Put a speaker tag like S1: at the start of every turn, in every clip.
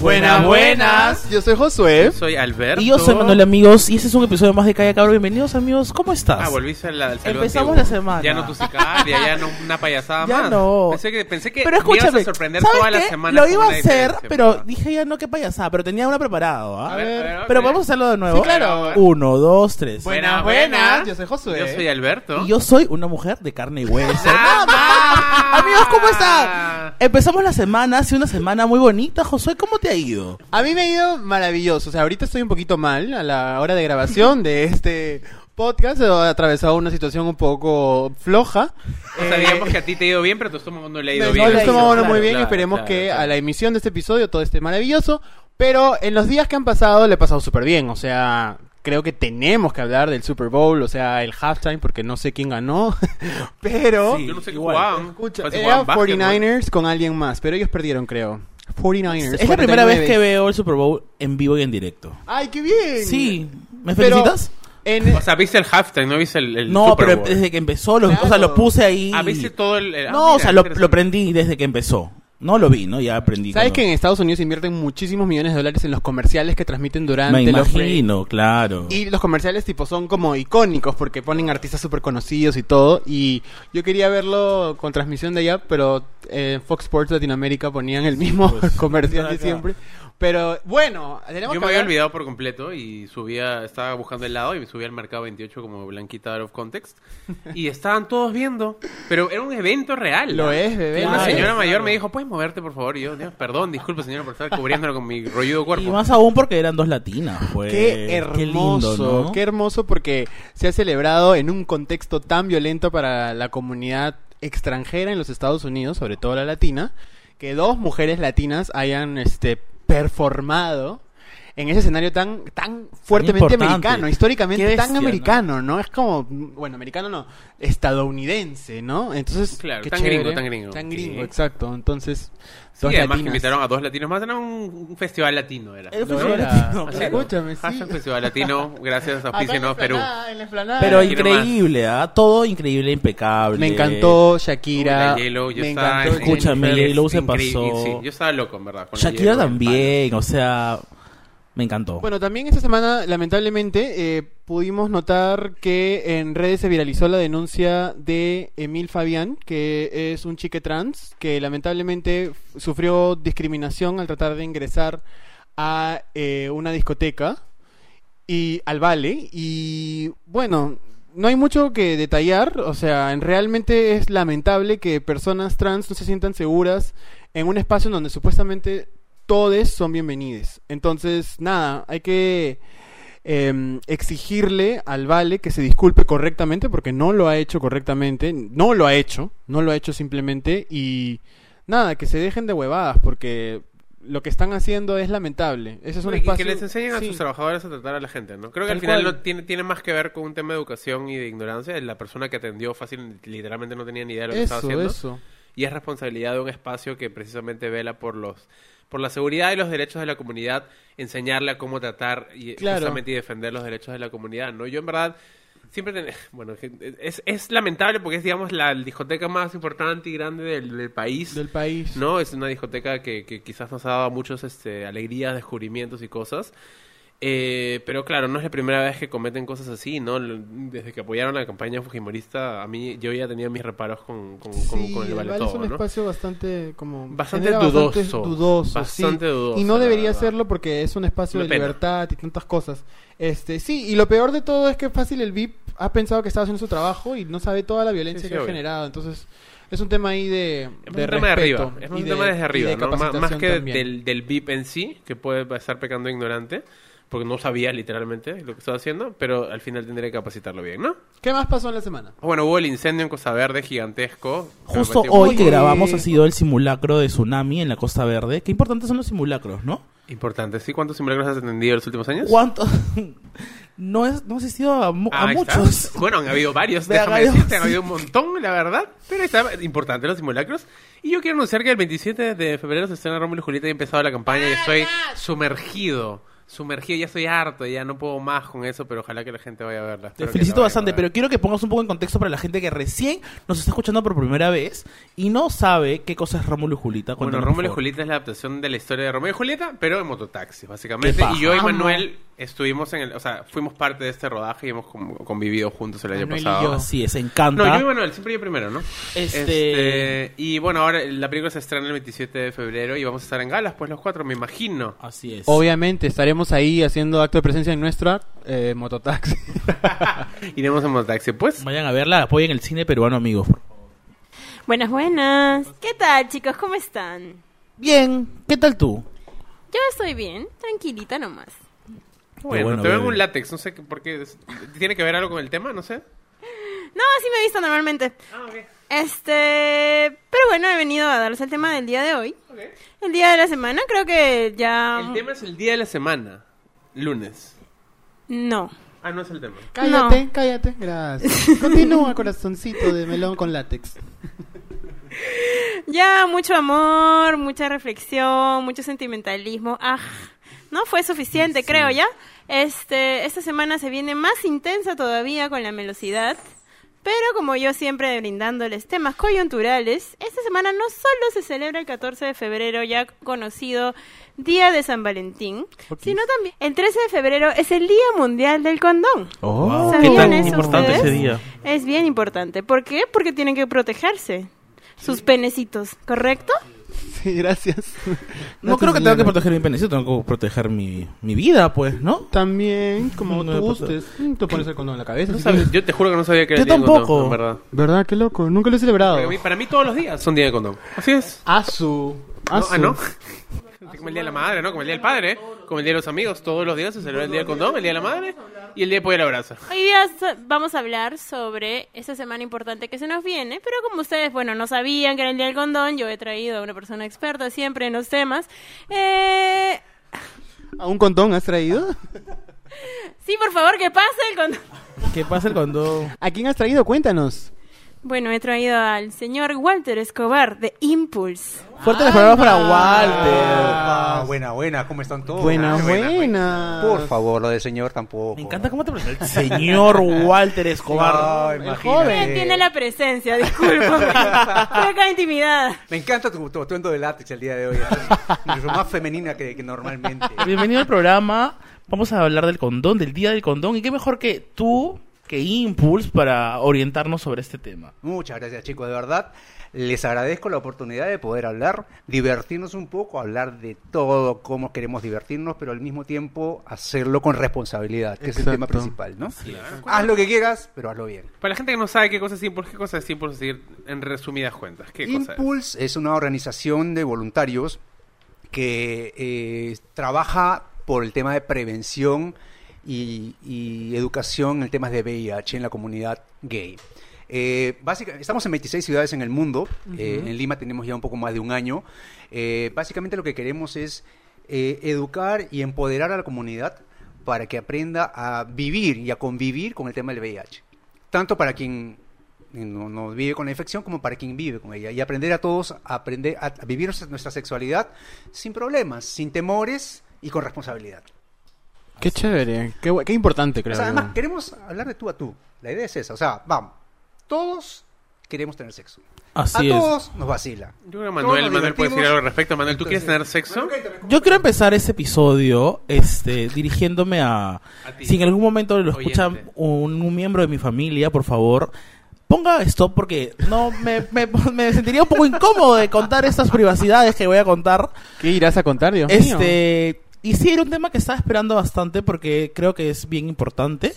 S1: Buenas, buenas.
S2: Yo soy Josué.
S1: Soy Alberto.
S3: Y yo soy Manuel, amigos, y este es un episodio más de Calle Cabro. Bienvenidos, amigos, ¿cómo estás?
S1: Ah, volviste al, al saludo
S3: Empezamos
S1: antiguo.
S3: la semana.
S1: Ya no tu sicaria, ya no una payasada
S3: Ya
S1: más.
S3: no.
S1: Pensé que, pensé que
S3: Pero
S1: me ibas
S3: escúchame,
S1: a sorprender
S3: ¿sabes
S1: toda la
S3: qué?
S1: semana.
S3: Lo
S1: con
S3: iba a
S1: una
S3: hacer,
S1: diferencia, pues.
S3: pero
S1: ¿no?
S3: dije ya no qué payasada, pero tenía una preparado, ¿ah?
S1: A ver, a ver,
S3: Pero
S1: a ver.
S3: vamos a hacerlo de nuevo.
S1: claro.
S3: Uno, dos, tres.
S1: Buenas,
S2: Buenas,
S1: buenas.
S2: yo soy Josué.
S1: Yo soy Alberto.
S3: Y yo soy una mujer de carne y hueso.
S1: ¡Nada más!
S3: Amigos, ¿cómo están? Empezamos la semana, hace una semana muy bonita. Josué, ¿cómo te ha ido?
S2: A mí me ha ido maravilloso. O sea, ahorita estoy un poquito mal a la hora de grabación de este podcast. He atravesado una situación un poco floja.
S1: O
S3: Eh,
S1: sea, digamos que a ti te ha ido bien, pero a tu estómago no le ha ido
S3: No,
S1: bien.
S2: No, lo estamos hablando muy bien.
S1: Claro,
S2: Esperemos
S1: claro,
S2: que
S1: claro.
S2: a la emisión de este episodio todo esté maravilloso. Pero en los días que han pasado le he pasado súper bien. O sea, creo que tenemos que hablar del Super Bowl, o sea, el halftime, porque no sé quién ganó. pero...
S3: Sí.
S1: Yo no sé qué
S3: Igual.
S1: jugaban.
S2: Escucha,
S1: Parece que
S2: era
S1: jugaban básquet, ¿no?
S2: 49ers con alguien más, pero ellos perdieron, creo. 49ers.
S3: Es la primera vez que
S2: 49.
S3: veo el Super Bowl en vivo y en directo.
S2: ¡Ay, qué bien!
S3: Sí, ¿me
S2: Pero
S3: felicitas?
S2: en-
S1: O sea, viste el halftime, no viste el, el
S3: no,
S1: Super
S3: pero
S1: Bowl?
S3: desde que empezó, lo, o sea,
S2: Claro.
S3: lo puse ahí.
S1: Ah, viste todo el... el- ah,
S3: No, o
S1: mira,
S3: sea, lo,
S1: interesante.
S3: lo prendí desde que empezó. No lo vi, ¿no? Ya aprendí.
S2: ¿Sabes
S3: cuando-
S2: que en Estados Unidos invierten muchísimos millones de dólares en los comerciales que transmiten durante
S3: Me
S2: los breaks?
S3: imagino, claro.
S2: Y los comerciales tipo son como icónicos porque ponen artistas súper conocidos y todo. Y yo quería verlo con transmisión de allá, pero eh, Fox Sports Latinoamérica ponían el mismo
S3: pues,
S2: comercial de
S3: acá.
S2: siempre. Pero bueno, tenemos
S1: Yo
S2: que
S1: me había
S2: hablar-
S1: olvidado por completo y subía, estaba buscando helado y me subí al mercado 28 como blanquita out of context y estaban todos viendo, pero era un evento real.
S2: Lo
S1: ¿no?
S2: es, bebé.
S1: Una
S2: lo
S3: Claro.
S2: es.
S1: señora mayor me dijo, ¿puedes moverte, por favor? Y yo, "Dios, perdón, disculpe, señora, por estar cubriéndolo con mi rolludo
S3: Y
S1: cuerpo.
S3: más aún porque eran dos latinas, pues.
S2: Qué hermoso, qué,
S3: lindo, ¿no?
S2: hermoso porque se ha celebrado en un contexto tan violento para la comunidad extranjera en los Estados Unidos, sobre todo la latina, que dos mujeres latinas hayan este performado en ese escenario tan tan fuertemente
S3: importante.
S2: americano, históricamente
S3: Qué
S2: tan
S3: bestia, ¿no?
S2: americano, ¿no? Es como bueno, americano no, estadounidense, ¿no? Entonces,
S1: Claro,
S2: qué
S1: tan gringo,
S2: chévere.
S1: tan gringo.
S2: Tan gringo,
S1: Sí.
S2: exacto. Entonces,
S1: Sí,
S2: dos
S1: además que
S2: latinas.
S1: invitaron a dos latinos más, era un, un festival latino, era.
S3: Era un
S2: Lo
S3: festival
S2: era.
S3: latino,
S2: Así,
S3: claro.
S2: Escúchame, sí.
S1: Hashtag festival latino, gracias a
S2: Acá en
S1: Auspicio
S2: la
S1: Nuevo Perú.
S2: explanada, en la explanada.
S3: Pero
S1: Aquí nomás.
S3: increíble, ¿ah? Todo increíble, impecable.
S2: Me encantó Shakira.
S1: La Yellow, yo
S2: me
S1: estaba
S2: encantó.
S1: en-
S3: Escúchame,
S1: en-
S3: Yellow se
S1: increíble,
S3: pasó.
S1: sí, yo estaba loco, en verdad. con la
S3: Shakira
S1: Yellow, el
S3: también, o sea, me encantó.
S2: Bueno, también esta semana, lamentablemente, eh, pudimos notar que en redes se viralizó la denuncia de Emil Fabián, que es un chique trans que lamentablemente sufrió discriminación al tratar de ingresar a eh, una discoteca y al Vale. Y bueno, no hay mucho que detallar, o sea, en- realmente es lamentable que personas trans no se sientan seguras en un espacio en donde supuestamente todos son bienvenidos. Entonces, nada, hay que eh, exigirle al Vale que se disculpe correctamente porque no lo ha hecho correctamente, no lo ha hecho, no lo ha hecho simplemente y nada, que se dejen de huevadas porque lo que están haciendo es lamentable. Ese es un
S1: Y
S2: espacio
S1: que les enseñen a
S2: Sí.
S1: sus trabajadores a tratar a la gente, ¿no? Creo que al
S2: Tal
S1: final
S2: cual.
S1: no tiene, tiene más que ver con un tema de educación y de ignorancia. La persona que atendió fácil literalmente no tenía ni idea de lo que estaba
S2: Eso,
S1: haciendo.
S2: eso.
S1: Y es responsabilidad de un espacio que precisamente vela por los por la seguridad y los derechos de la comunidad, enseñarle a cómo tratar y
S2: Claro.
S1: justamente y defender los derechos de la comunidad, ¿no? Yo en verdad siempre ten- bueno, es, es lamentable porque es digamos la discoteca más importante y grande del, del país.
S2: Del país.
S1: ¿no? Es una discoteca que, que quizás nos ha dado muchas este, alegrías, descubrimientos y cosas. Eh, pero claro, no es la primera vez que cometen cosas así, ¿no? L- Desde que apoyaron la campaña fujimorista, a mí yo ya tenía mis reparos con, con, con-
S2: Sí,
S1: con el
S2: el
S1: vale
S2: Vale es
S1: todo,
S2: un
S1: ¿no?
S2: espacio bastante como
S1: Bastante
S2: genera bastantes
S1: dudoso,
S2: dudosos,
S1: bastante
S2: sí.
S1: dudoso,
S2: y no
S1: la
S2: debería
S1: verdad.
S2: serlo porque es un espacio
S1: Una
S2: de
S1: pena.
S2: libertad y tantas cosas. Este, sí, y lo peor de todo es que fácil el VIP ha pensado que estaba haciendo su trabajo y no sabe toda la violencia
S1: Sí, sí,
S2: que ha
S1: obvio.
S2: generado, entonces es un tema ahí de
S1: Es
S2: de
S1: un tema de
S2: respeto
S1: arriba, es
S2: y
S1: un
S2: de-
S1: tema desde
S2: y
S1: arriba,
S2: de
S1: ¿no? Más, más
S2: capacitación
S1: que
S2: también.
S1: del, del VIP en sí, que puede estar pecando ignorante, porque no sabía literalmente lo que estaba haciendo, pero al final tendría que capacitarlo bien, ¿no?
S2: ¿Qué más pasó en la semana?
S1: Bueno, hubo el incendio en Cosa Verde gigantesco.
S3: Justo
S1: Realmente-
S3: hoy que
S2: Oye.
S3: grabamos ha sido el simulacro de tsunami en la Costa Verde. Qué importantes son los simulacros, ¿no?
S1: Importante, ¿sí? ¿Cuántos simulacros has atendido en los últimos años?
S3: ¿Cuántos? no, es, no he asistido a, mu- a
S1: Ah, ahí está.
S3: muchos.
S1: Bueno, han habido varios,
S3: Me
S1: déjame
S3: han habido-
S1: decirte, han habido un montón, la verdad. Pero está importante los simulacros. Y yo quiero anunciar que el 27 de febrero se estrena Rómulo y Julieta y he empezado la campaña y estoy sumergido sumergido, ya estoy harto, ya no puedo más con eso, pero ojalá que la gente vaya a verla.
S3: Te
S1: Espero que eh,
S3: felicito
S1: la vayan a
S3: bastante,
S1: ver.
S3: pero quiero que pongas un poco en contexto para la gente que recién nos está escuchando por primera vez y no sabe qué cosa es Rómulo y Julita.
S1: Bueno,
S3: Cuéntanos, por
S1: Rómulo y
S3: favor.
S1: Julieta es la adaptación de la historia de Romeo y Julieta, pero en mototaxi, básicamente.
S3: ¡Qué paja!
S1: Y yo y Manuel estuvimos en el, o sea, fuimos parte de este rodaje y hemos com- convivido juntos el año
S2: Manuel y
S1: pasado.
S2: yo.
S3: Así es, encanta.
S1: No, yo y Manuel, siempre yo primero, ¿no?
S3: Este-
S1: Este, Y bueno, ahora la película se estrena el 27 de febrero y vamos a estar en galas, pues los cuatro, me imagino.
S3: Así es.
S2: Obviamente estaremos ahí haciendo acto de presencia en nuestra eh, mototaxi.
S1: Iremos en mototaxi, pues.
S3: Vayan a verla, apoyen el cine peruano, amigos. por favor.
S4: Buenas, buenas. ¿Qué tal, chicos? ¿Cómo están?
S3: Bien, ¿qué tal tú?
S4: Yo estoy bien, tranquilita nomás.
S1: Bueno,
S3: bueno,
S1: te veo en
S3: bebé.
S1: un látex, no sé qué- por qué. es- ¿Tiene que ver algo con el tema? No sé.
S4: No, así me he visto normalmente.
S1: Ah, ok.
S4: Este, pero bueno, he venido a darles el tema del día de hoy. El día de la semana, creo que ya...
S1: El tema es el día de la semana, lunes.
S4: No.
S1: Ah, no es el tema.
S2: Cállate, cállate, gracias. Continúa corazoncito de melón con látex.
S4: Ya mucho amor, mucha reflexión, mucho sentimentalismo. Ah, no fue suficiente, creo ya. Este, esta semana se viene más intensa todavía con la melosidad. Pero como yo siempre brindándoles temas coyunturales, esta semana no solo se celebra el 14 de febrero, ya conocido Día de San Valentín,
S2: Ok.
S4: sino también el 13 de febrero es el Día Mundial del Condón.
S3: Oh,
S4: ¿Sabían
S3: ¿Qué tan
S4: eso
S3: importante
S4: ustedes?
S3: ese día?
S4: Es bien importante. ¿Por qué? Porque tienen que protegerse sus penecitos, ¿correcto?
S2: Sí, gracias.
S3: No creo que tenga que proteger mi pene, yo tengo que proteger mi, mi vida, pues, ¿no?
S2: También, como
S3: No,
S2: tú
S3: no,
S2: gustes, mm, tú pones el condón en la cabeza.
S1: No
S2: si
S1: sabes,
S2: quieres.
S1: yo te juro que no sabía que era
S3: Yo
S1: el día de
S3: tampoco.
S1: condón, en verdad.
S2: ¿Verdad? Qué loco, nunca lo he celebrado.
S1: Porque a mí- para mí todos los días son día de condón. Así es.
S2: Asu.
S1: ¿No?
S2: Asu.
S1: Ah, ¿no? Como el día de la madre, ¿no? Como el día del padre, como el día de los amigos. Todos los días se celebra el día del condón, el día de la madre y el día de poder abrazar.
S4: Hoy día so- vamos a hablar sobre esta semana importante que se nos viene, pero como ustedes, bueno, no sabían que era el día del condón, yo he traído a una persona experta siempre en los temas. Eh,
S2: ¿A un condón has traído?
S4: sí, por favor, que pase el condón.
S3: ¿Qué pasa cuando...?
S2: ¿A quién has traído? Cuéntanos.
S4: Bueno, he traído al señor Walter Escobar de Impulse.
S3: Fuerte las palabras para Walter.
S5: Ah, buena, buena, ¿cómo están todos?
S2: buena, buena.
S5: Por favor, lo del señor tampoco.
S3: Me encanta cómo te presentas. El señor Walter Escobar.
S5: Ay, imagínate.
S4: Usted tiene la presencia, disculpa. Estoy acá intimidada.
S5: Me encanta tu, tu atuendo de látex el día de hoy. Incluso más femenina que, que normalmente.
S3: Bienvenido al programa. Vamos a hablar del condón, del día del condón. Y qué mejor que tú, que Impulse, para orientarnos sobre este tema.
S5: Muchas gracias, chicos, de verdad. Les agradezco la oportunidad de poder hablar, divertirnos un poco, hablar de todo, cómo queremos divertirnos, pero al mismo tiempo hacerlo con responsabilidad, que es el tema
S2: Exacto.
S5: principal, ¿no? Haz lo que quieras, pero hazlo bien.
S1: Para la gente que no sabe qué cosa es Impulse, qué cosa es Impulse, decir, en resumidas cuentas, qué cosa es.
S5: Impulse es? una organización de voluntarios que eh, trabaja por el tema de prevención y, y educación en temas de VIH en la comunidad gay. Eh, básicamente, estamos en 26 ciudades en el mundo. Eh, en Lima tenemos ya un poco más de un año. Eh, básicamente lo que queremos es eh, educar y empoderar a la comunidad para que aprenda a vivir y a convivir con el tema del VIH. Tanto para quien no, no vive con la infección como para quien vive con ella. Y aprender a todos a, aprender a, a vivir nuestra- nuestra sexualidad sin problemas, sin temores y con responsabilidad.
S2: Qué chévere, qué, bu- qué importante,
S5: O
S2: creo.
S5: sea,
S2: yo.
S5: además, queremos hablar de tú a tú. La idea es esa. O sea, vamos, todos queremos tener sexo.
S3: Así
S5: a
S3: es.
S5: todos nos vacila.
S1: Yo creo que
S5: Todos
S1: Manuel,
S5: nos
S1: Manuel puede decir
S5: divertimos.
S1: algo al respecto. Manuel, ¿tú quieres tener sexo?
S3: Yo quiero empezar este episodio este, dirigiéndome a...
S1: A ti.
S3: si en algún momento lo escucha
S1: Oyente.
S3: un, un miembro de mi familia, por favor, ponga stop porque no me, me- me sentiría un poco incómodo de contar estas privacidades que voy a contar.
S2: ¿Qué irás a contar, Dios mío?
S3: Este, y sí, era un tema que estaba esperando bastante porque creo que es bien importante.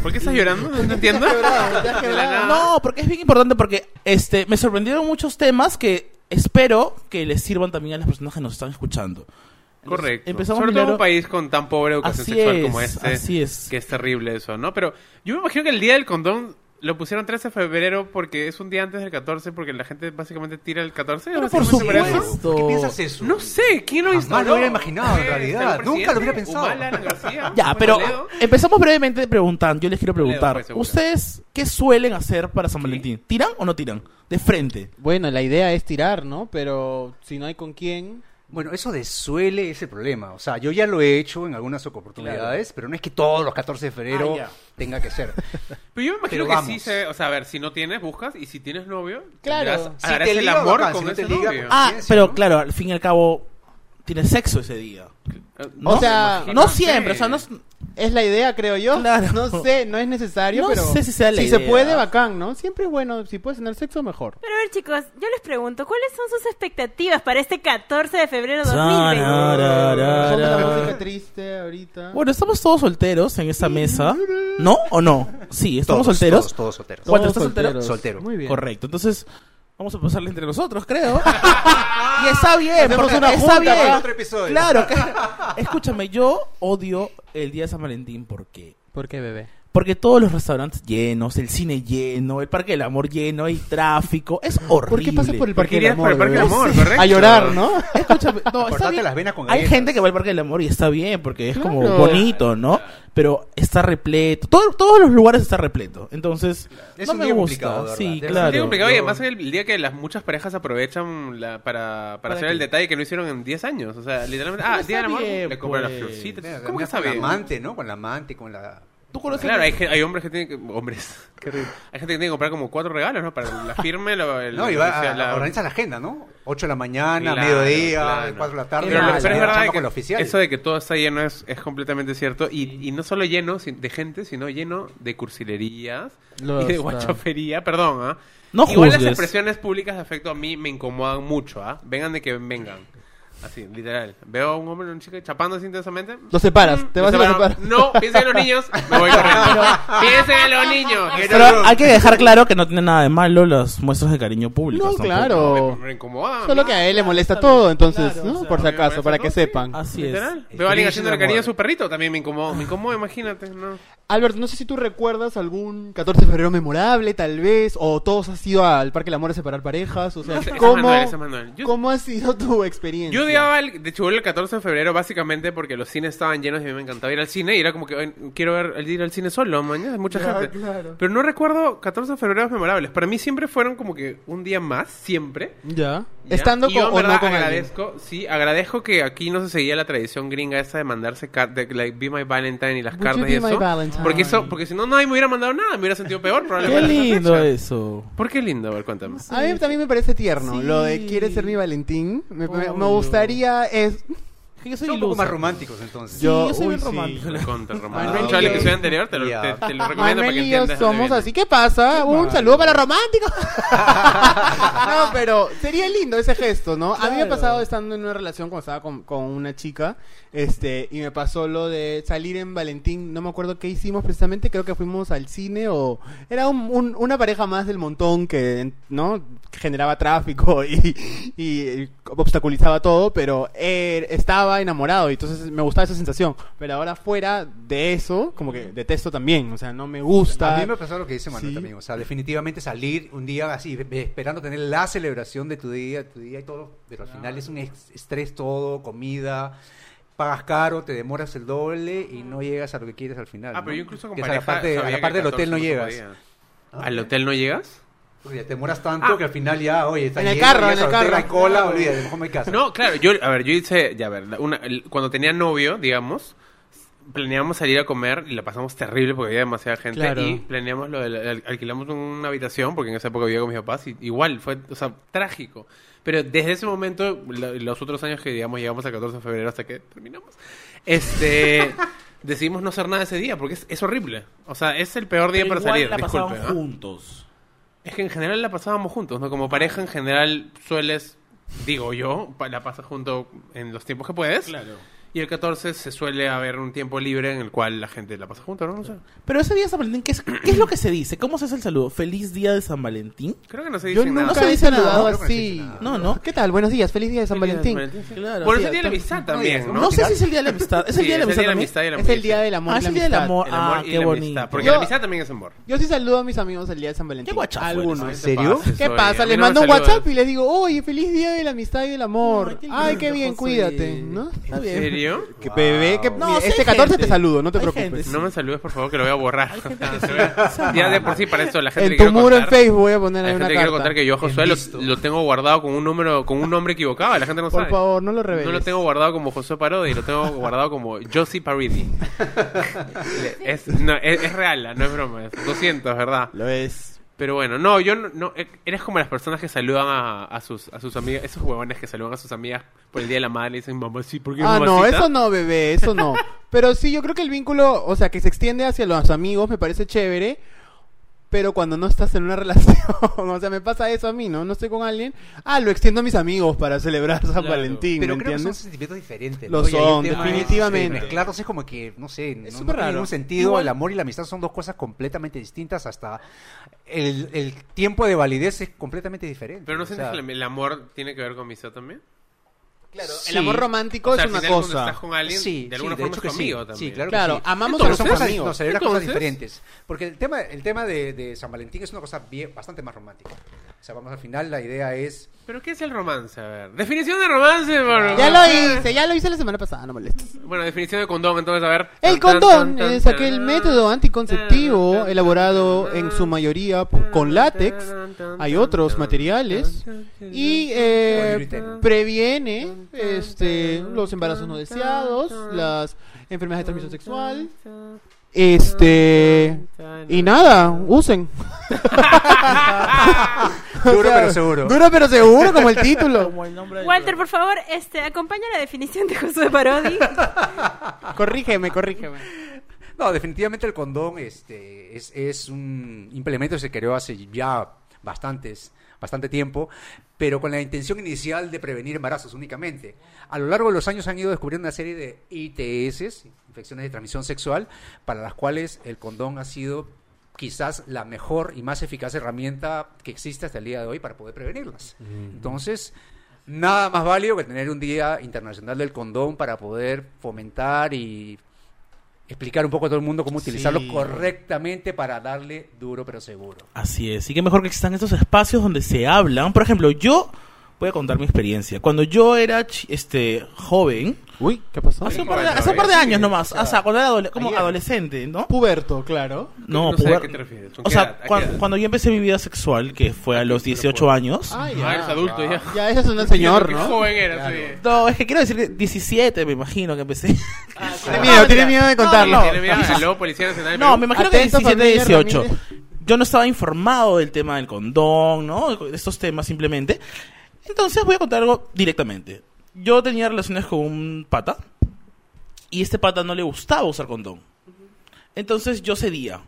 S1: ¿Por qué estás llorando? No te entiendo. De la nada.
S3: No, porque es bien importante porque este me sorprendieron muchos temas que espero que les sirvan también a las personas que nos están escuchando.
S1: Correcto.
S3: Empezamos
S1: Sobre todo en
S3: primero-
S1: un país con tan pobre educación
S3: Así
S1: sexual
S3: es,
S1: como este.
S3: así es.
S1: Que es terrible eso, ¿no? Pero yo me imagino que el día del condón lo pusieron 13 de febrero porque es un día antes del 14, porque la gente básicamente tira el 14.
S3: Pero por
S1: básicamente
S3: supuesto.
S1: eso.
S5: ¿Qué piensas eso?
S1: No sé, ¿quién lo
S5: Jamás
S1: instaló?
S5: lo hubiera imaginado, en
S1: Eh,
S5: realidad.
S1: está el
S5: Nunca lo hubiera
S1: presidente,
S5: pensado.
S1: Humala, Alan García,
S3: Ya,
S1: Juan
S3: pero
S1: Toledo.
S3: empezamos brevemente preguntando, yo les quiero preguntar,
S1: pues, seguro.
S3: ¿ustedes qué suelen hacer para San Valentín? ¿Tiran o no tiran? De frente.
S2: Bueno, la idea es tirar, ¿no? Pero si no hay con quién,
S5: Bueno, eso de suele es el problema. O sea, yo ya lo he hecho en algunas oportunidades, pero no es que todos los 14 de febrero
S3: Ah, ya.
S5: tenga que ser.
S1: Pero yo me imagino
S5: Pero
S1: que
S5: vamos.
S1: sí se... O sea, a ver, si no tienes, buscas. Y si tienes novio...
S2: Claro.
S1: tendrás-
S5: Si
S1: harás
S5: te
S1: el
S5: liga,
S1: amor
S5: bacán,
S1: con
S5: si no te
S1: ese
S5: liga,
S1: novio.
S5: Ah,
S3: Ah,
S5: Conciencia,
S3: pero
S5: ¿no?
S3: claro, al fin y al cabo, tienes sexo ese día.
S2: O sea,
S1: Eh, me imagino,
S3: No siempre, o sea, no,
S1: sé.
S2: Es la idea, creo yo.
S3: Claro.
S2: No sé, no es necesario,
S3: No
S2: pero.
S3: sé si sea la
S2: se
S3: idea.
S2: puede, bacán, ¿no? Siempre es bueno. Si puedes tener sexo, mejor.
S4: Pero a ver, chicos, yo les pregunto, ¿cuáles son sus expectativas para este 14 de febrero de
S3: Ra,
S4: 2020?
S3: ra, ra,
S2: Ponme la
S3: ra.
S2: música triste ahorita.
S3: Bueno, estamos todos solteros en esta mesa. ¿No o no? Sí, estamos
S5: Todos,
S3: solteros.
S5: Todos, todos solteros.
S3: ¿Cuánto estás soltero?
S5: Soltero.
S2: Muy bien.
S3: Correcto. Entonces, vamos a pasarle entre nosotros, creo. y está bien,
S2: Hacemos
S3: porque
S2: una
S3: está
S2: junta
S3: bien.
S5: para otro episodio.
S3: Claro, que- escúchame, yo odio el día de San Valentín porque
S2: ¿Por qué, bebé?
S3: porque todos los restaurantes llenos, el cine lleno, el Parque del Amor lleno, hay tráfico, es horrible.
S2: ¿Por qué pasas por el parque
S1: Porque
S2: del
S1: irías
S2: amor?
S1: por el Parque del
S2: bebé?
S1: Amor, correcto.
S2: A llorar, ¿no?
S3: Escúchame, no, está
S5: Cortate
S3: bien.
S5: las venas con
S3: Hay
S5: galletas.
S3: gente que va al Parque del Amor y está bien porque es como
S2: Claro.
S3: bonito, ¿no? Pero está repleto. Todo- todos los lugares está repleto. Entonces,
S5: Es
S3: no
S5: un
S3: me
S5: día complicado, de
S3: gusta.
S5: verdad.
S3: Sí,
S5: Es un
S1: Es
S5: día
S1: un día
S3: claro.
S1: complicado y
S5: yo-
S1: además es el día que las muchas parejas aprovechan la- para, para, hacer
S3: qué?
S1: el detalle que no hicieron en 10 años. O sea, literalmente,
S3: Pero
S1: ah,
S3: está
S1: día del amor,
S3: bien,
S1: le compran las
S3: pues.
S1: florcitas.
S5: Mira,
S1: ¿Cómo
S5: mira,
S1: que
S5: Con la
S1: sabe?
S5: amante, ¿no? Con la amante, con la...
S3: Tú conoces
S1: Claro, hay, ge- hay hombres que tienen que, hombres, qué horrible. hay gente que tiene que comprar como cuatro regalos, ¿no? Para la firme, la, el-
S5: No, y va
S1: o sea,
S5: a,
S1: la-
S5: organiza la agenda, ¿no? 8 de la mañana,
S1: Claro,
S5: mediodía,
S1: claro.
S5: 4 de la tarde.
S1: Pero,
S5: la
S1: lo- pero es
S5: chamba
S1: verdad
S5: con
S1: que
S5: el oficial.
S1: eso de que todo está lleno es, es completamente cierto. Y, y no solo lleno sin- de gente, sino lleno de cursilerías
S2: Lo
S1: y de
S2: está.
S1: guachafería. Perdón, ¿ah?
S3: No
S1: Igual las
S3: juzgues.
S1: expresiones públicas de afecto a mí me incomodan mucho, ¿ah? Vengan de que vengan. Así, literal. Veo a un hombre y una chica chapando así intensamente.
S2: Lo separas, te
S1: lo
S2: vas a
S1: separo.
S2: separar.
S1: No, piensen en los niños. Me voy corriendo. piensen en los niños. que no-
S3: Pero hay que dejar claro que no tiene nada de malo las muestras de cariño público.
S2: No, claro.
S1: me, me incomoda.
S2: Solo que a él le molesta
S3: Claro,
S2: todo, entonces,
S3: Ah, claro, o
S2: ¿no?
S3: sea,
S2: Por si
S1: me
S2: acaso,
S1: molesta
S2: para que
S1: todo, sí.
S2: sepan.
S3: Así es.
S1: Literal.
S5: es.
S1: Veo a alguien
S5: Experiencia
S1: haciendo
S5: de
S1: la cariño a
S5: amor.
S1: su perrito. También me incomoda, me incomoda, imagínate. No.
S2: Alberto, no sé si tú recuerdas algún 14 de febrero memorable, tal vez, o todos has ido al Parque del Amor a separar parejas, o sea,
S1: Ese es
S2: ¿cómo,
S1: Manuel, ese es Manuel. Yo-
S2: ¿cómo ha sido tu experiencia?
S1: Yo odiaba el, de Chibolo el 14 de febrero básicamente porque los cines estaban llenos y a mí me encantaba ir al cine y era como que "Ay, quiero ver, el- ir al cine solo, mañana hay mucha
S2: Claro,
S1: gente.
S2: claro.
S1: Pero no recuerdo 14 de febrero memorables. Para mí siempre fueron como que un día más, siempre.
S2: Ya.
S1: ¿ya?
S2: Estando
S1: Y
S2: con,
S1: yo, en
S2: o
S1: verdad,
S2: no con alguien.
S1: agradezco, sí, agradezco que aquí no se seguía la tradición gringa esa de mandarse car- de, like, Be My Valentine y las
S2: Would you
S1: cartas y
S2: be my
S1: eso.
S2: Valentine?
S1: Porque eso, porque si no nadie me hubiera mandado nada, me hubiera sentido peor
S3: Qué
S1: probablemente.
S3: lindo eso.
S1: ¿Por qué lindo? A ver, cuéntame.
S2: A mí también me parece tierno,
S3: Sí.
S2: lo de quieres ser mi Valentín. Me, me- me
S3: Obvio.
S2: gustaría es...
S3: Es que yo soy
S5: Son un poco
S3: ilusa.
S5: más románticos, entonces.
S3: Sí, yo soy
S2: uy,
S3: bien
S2: sí.
S3: romántico.
S1: Contra Román.
S2: Manuel
S1: Escucha el
S2: y yo-
S1: episodio anterior, te lo,
S5: Ya.
S1: te- te lo recomiendo para que
S2: Manuel y yo
S1: entiendas. de dónde
S2: somos
S1: viene.
S2: así. ¿Qué pasa? Un saludo para románticos. no, pero sería lindo ese gesto, ¿no? A mí me ha
S3: Claro.
S2: pasado estando en una relación cuando estaba con, con una chica, este, y me pasó lo de salir en Valentín. No me acuerdo qué hicimos precisamente. Creo que fuimos al cine o era un- un- una pareja más del montón que, ¿no? Generaba tráfico y, y obstaculizaba todo, pero él estaba enamorado y entonces me gustaba esa sensación. Pero ahora fuera de eso, como que detesto también. O sea, no me gusta.
S5: A mí me pasó lo que dice Manuel
S2: Sí.
S5: también. O sea, definitivamente salir un día así, ve- esperando tener la celebración de tu día, tu día y todo, pero al final es un ex- estrés todo, comida, pagas caro, te demoras el doble y no llegas a lo que quieres al final.
S1: Ah, pero
S5: ¿no?
S1: yo incluso con
S5: Que es a
S1: pareja
S5: la parte, a
S1: sabía
S5: la
S1: que
S5: parte del
S1: 14
S5: hotel no
S1: se
S5: llegas. Ah,
S1: podía. ¿Al hotel no llegas?
S5: Porque te demoras tanto
S1: Ah.
S5: que al final ya, oye, está
S2: En el
S5: lleno,
S2: carro,
S5: llegas
S2: en el
S5: al hotel,
S2: carro.
S5: hay cola, olvídate, mejor me casa.
S1: No, claro, yo, a ver, yo hice, ya a ver, la- una- el- cuando tenía novio, digamos, planeamos salir a comer y la pasamos terrible porque había demasiada gente
S2: Claro.
S1: y planeamos lo de la- al- alquilamos una habitación porque en esa época vivía con mis papás y igual fue, o sea, trágico. Pero desde ese momento, lo- los otros años que digamos llegamos al 14 de febrero hasta que terminamos, este decidimos no hacer nada ese día porque es, es horrible. O sea, es el peor día
S3: Pero
S1: para
S3: igual
S1: salir,
S3: la pasaban
S1: disculpe. ¿ah? ¿no?
S3: juntos.
S1: Es que en general la pasábamos juntos, ¿no? Como pareja en general sueles, digo yo, pa- la pasas junto en los tiempos que puedes. Y el 14 se suele haber un tiempo libre en el cual la gente la pasa junto, ¿no? No sé.
S3: Pero ese día de San Valentín, ¿qué es, qué es lo que se dice? ¿Cómo se hace el saludo? ¿Feliz día de San Valentín?
S1: Creo que no se
S2: Yo
S1: dice nada.
S2: nunca
S3: se
S2: he
S3: dice nada,
S2: saludado
S5: creo que no se
S2: así.
S5: dice nada.
S3: No, no.
S2: ¿Qué tal? Buenos días, feliz día de San
S1: Feliz día de
S2: Valentín.
S1: sí.
S3: Claro.
S1: Por
S2: Sí,
S1: eso tiene la
S2: tam-
S1: amistad también, ¿no?
S5: no,
S3: No sé si es el día de la amistad. Es el
S1: Sí,
S3: día de la amistad. también?
S1: y la
S2: Es el día
S1: amistad.
S2: del amor.
S3: Ah, es
S2: y la
S3: el día del
S2: amistad.
S3: amor.
S1: El amor
S3: Ah,
S1: y
S3: qué
S1: la amistad,
S3: bonito.
S1: Porque
S2: Yo-
S1: la amistad también es amor.
S2: Yo sí saludo a mis amigos el día de San Valentín.
S3: Qué guachafo eres,
S2: Algunos.
S3: ¿eh?
S5: serio?
S2: ¿Qué pasa? Les mando un WhatsApp y les digo, oye, feliz día de la amistad y del amor.
S3: Ay,
S2: Ay,
S3: qué
S2: qué,
S3: lindo,
S2: bien,
S3: José.
S2: cuídate. ¿No? Está
S1: ¿En
S2: bien.
S1: serio?
S2: Que bebé, que-
S3: No,
S2: mira,
S3: sí hay
S2: este 14
S3: gente.
S2: te saludo, no te
S3: Hay
S2: preocupes.
S3: gente,
S1: No me saludes, por favor, que lo voy a borrar.
S3: que
S1: O sea, ya de por sí para esto la gente
S2: En
S1: le
S2: tu
S1: quiero
S2: muro en
S1: contar-
S2: Facebook voy a poner
S1: la
S2: ahí
S1: gente
S2: una
S1: le
S2: carta.
S1: quiero contar que yo a Josué lo,
S5: visto.
S1: lo tengo guardado con un número, con un nombre equivocado, la gente no
S2: Por
S1: sabe.
S2: favor, no lo reveles.
S1: no lo tengo guardado como Josué Parodi, lo tengo guardado como Josie Parodi. es, no, es, es real, no es broma, es 200, ¿verdad?
S6: Lo es.
S1: Pero bueno, no, yo no, no, e- eres como las personas que saludan a, a sus a sus amigas, esos huevones que saludan a sus amigas por el día de la madre y le dicen mamá sí, porque
S2: Ah, no, eso no, bebé, eso no. Pero sí, yo creo que el vínculo, o sea, que se extiende hacia los amigos, me parece chévere. Pero cuando no estás en una relación, o sea, me pasa eso a mí, ¿no? No estoy con alguien. Ah, lo extiendo a mis amigos para celebrar San
S1: Claro.
S2: Valentín,
S5: Pero
S2: ¿me
S5: creo que son
S2: entiendes?
S5: sentimientos diferentes.
S2: Lo
S5: ¿no? Y hay un
S2: son,
S5: tema
S2: definitivamente.
S5: es, este, mezclarlos es como que, no sé, no, no
S2: súper
S5: tiene
S2: raro.
S5: ningún sentido.
S2: Igual-
S5: El amor y la amistad son dos cosas completamente distintas. Hasta el, el tiempo de validez es completamente diferente.
S1: Pero no
S5: O
S1: sientes
S5: sea,
S1: que el, el amor tiene que ver con misa también?
S2: Claro,
S5: Sí.
S2: el amor romántico
S1: O sea,
S2: es
S1: al
S2: una
S1: final, cuando
S2: cosa.
S1: estás con alguien,
S5: Sí,
S1: de alguna
S5: sí, de
S1: forma
S5: hecho que
S1: es tu
S5: sí.
S1: amigo también.
S5: Sí, claro que
S2: Claro,
S5: sí.
S2: amamos
S5: Pero
S2: a
S5: son
S2: los
S5: cosas,
S2: amigos.
S5: no, celebrar cosas
S1: Entonces-
S5: diferentes. Porque el tema, el tema de, de San Valentín es una cosa bien, bastante más romántica. O sea, vamos al final, la idea es...
S1: ¿Pero qué es el romance? A ver. Definición de romance, por-
S2: Ya lo hice, ya lo hice la semana pasada, no molestes.
S1: Bueno, definición de condón, entonces, a ver. Tan,
S2: El
S1: tan,
S2: condón
S1: tan,
S2: es
S1: tan,
S2: aquel
S1: tan,
S2: método anticonceptivo elaborado en su mayoría po- con látex. Hay otros materiales y eh,
S5: Poliuretano.
S2: previene este, los embarazos no deseados, las enfermedades de transmisión sexual. Este y nada, usen.
S5: Duro pero seguro.
S2: Duro pero seguro como el título.
S3: Como el nombre del
S4: Walter,
S3: programa.
S4: por favor, este, acompaña la definición de Josué Parodi.
S2: Corrígeme, corrígeme.
S5: No, definitivamente el condón este, es, es un implemento que se creó hace ya bastantes, bastante tiempo, pero con la intención inicial de prevenir embarazos únicamente. A lo largo de los años han ido descubriendo una serie de ITS, infecciones de transmisión sexual, para las cuales el condón ha sido quizás la mejor y más eficaz herramienta que existe hasta el día de hoy para poder prevenirlas. Entonces, nada más válido que tener un Día Internacional del Condón para poder fomentar y explicar un poco a todo el mundo cómo utilizarlo
S2: Sí.
S5: correctamente para darle duro pero seguro.
S3: Así es, y que mejor que existan estos espacios donde se hablan. Por ejemplo, yo voy a contar mi experiencia. Cuando yo era chi- este joven,
S2: Uy, ¿qué pasó?
S3: hace un
S1: joven
S3: par de, hace
S1: todavía,
S3: un par de
S1: sí,
S3: años nomás, o sea, cuando era adole- como
S5: Ayer.
S3: adolescente, ¿no?
S2: Puberto, claro.
S1: No,
S3: No,
S1: sé
S3: puber-
S1: a qué te refieres. ¿Con
S3: O
S1: qué edad?
S3: sea,
S1: ¿A qué
S3: cuan-
S1: edad?
S3: cuando yo empecé mi vida sexual, que fue a los 18 años.
S2: Ah,
S1: Ah, eres
S2: ya.
S1: adulto ya.
S2: Ya ese es un señor,
S1: Qué
S2: ¿no?
S1: joven eras, oye.
S3: No, es que quiero decir que 17 me imagino que empecé.
S2: Tiene miedo, tiene miedo de contarlo.
S3: No,
S1: Tiene miedo al lobo Policía Nacional.
S3: Ah, No, me
S1: pero-
S3: imagino que
S2: Atento,
S3: 17,
S2: familia
S3: 18.
S2: Ramírez.
S3: Yo no estaba informado del tema del condón, ¿no? De estos temas simplemente. Entonces voy a contar algo directamente. Yo tenía relaciones con un pata y este pata no le gustaba usar condón. Entonces yo cedía,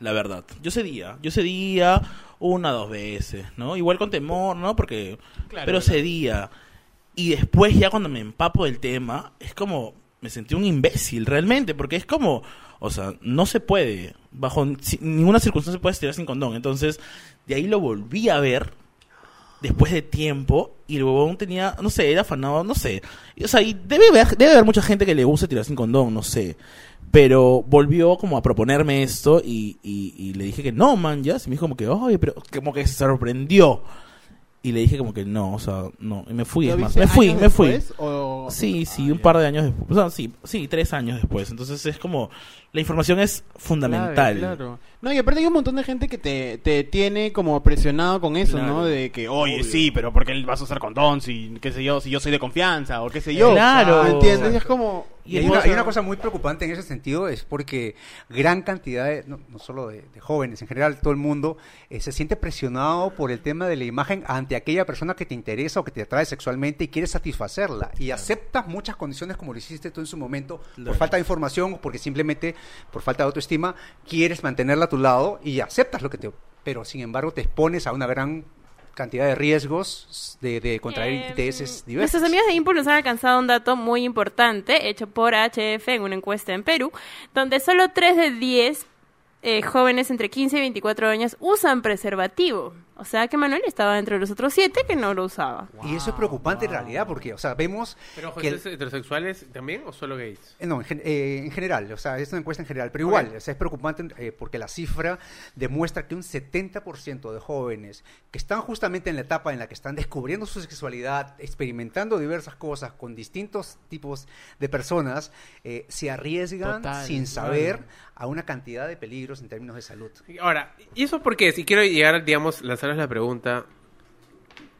S3: la verdad. Yo cedía, yo cedía una, dos veces, ¿no? Igual con temor, ¿no? Porque... pero cedía. Y después ya cuando me empapo del tema, es como, me sentí un imbécil realmente, porque es como, o sea, no se puede, bajo ni- si- ninguna circunstancia se puede estirar sin condón. Entonces, de ahí lo volví a ver después de tiempo y el huevón tenía, no sé, era afanado, no sé. Y, O sea, y debe haber, debe haber mucha gente que le gusta tirar sin condón, no sé. Pero volvió como a proponerme esto y, y- y le dije que no, man, ya. Y me dijo como que, oye, pero como que se sorprendió. Y le dije como que no, o sea, no. Y me fui, es
S2: ¿Lo
S3: más.
S2: viste
S3: Me fui,
S2: años
S3: me fui.
S2: después o-
S3: Sí, sí,
S2: Ah,
S3: un
S2: ya.
S3: par de años después. O sea, sí, sí, tres años después. Entonces es como, la información es fundamental.
S2: Claro, claro. No, y aparte hay un montón de gente que te, te tiene como presionado con eso,
S3: Claro.
S2: ¿no? De que, oye, sí, pero ¿por qué vas a usar condón si, qué sé yo, si yo soy de confianza o qué sé yo?
S3: Claro.
S2: ¿Me entiendes? Y es como...
S3: Y
S5: Y hay
S3: es
S5: una,
S3: cosa-
S5: hay una cosa muy preocupante en ese sentido, es porque gran cantidad, de, no, no solo de, de jóvenes, en general todo el mundo, eh, se siente presionado por el tema de la imagen ante aquella persona que te interesa o que te atrae sexualmente y quieres satisfacerla. Y aceptas muchas condiciones como lo hiciste tú en su momento, por falta de información o porque simplemente por falta de autoestima, quieres mantenerla a tu lado y aceptas lo que te... Pero sin embargo te expones a una gran cantidad de riesgos de, de
S4: Eh,
S5: contraer ITS diversos.
S4: Nuestros amigos de Impulse nos han alcanzado un dato muy importante hecho por HF en una encuesta en Perú, donde solo 3 de 10 eh, jóvenes entre 15 y 24 años usan preservativo. O sea que Manuel estaba entre los otros siete que no lo usaba.
S5: Y eso es preocupante en realidad porque, o sea, vemos...
S1: Pero ojo,
S5: que el-
S1: ¿es heterosexuales también o solo gays?
S5: Eh, No, en, gen- eh, en general, o sea, es una encuesta en general, pero igual, o sea, es preocupante eh, porque la cifra demuestra que un 70% de jóvenes que están justamente en la etapa en la que están descubriendo su sexualidad, experimentando diversas cosas con distintos tipos de personas, eh, se arriesgan
S2: Total,
S5: sin
S2: claro.
S5: saber a una cantidad de peligros en términos de salud.
S1: Ahora, ¿y eso por qué? Si quiero llegar, digamos, lanzarles la pregunta.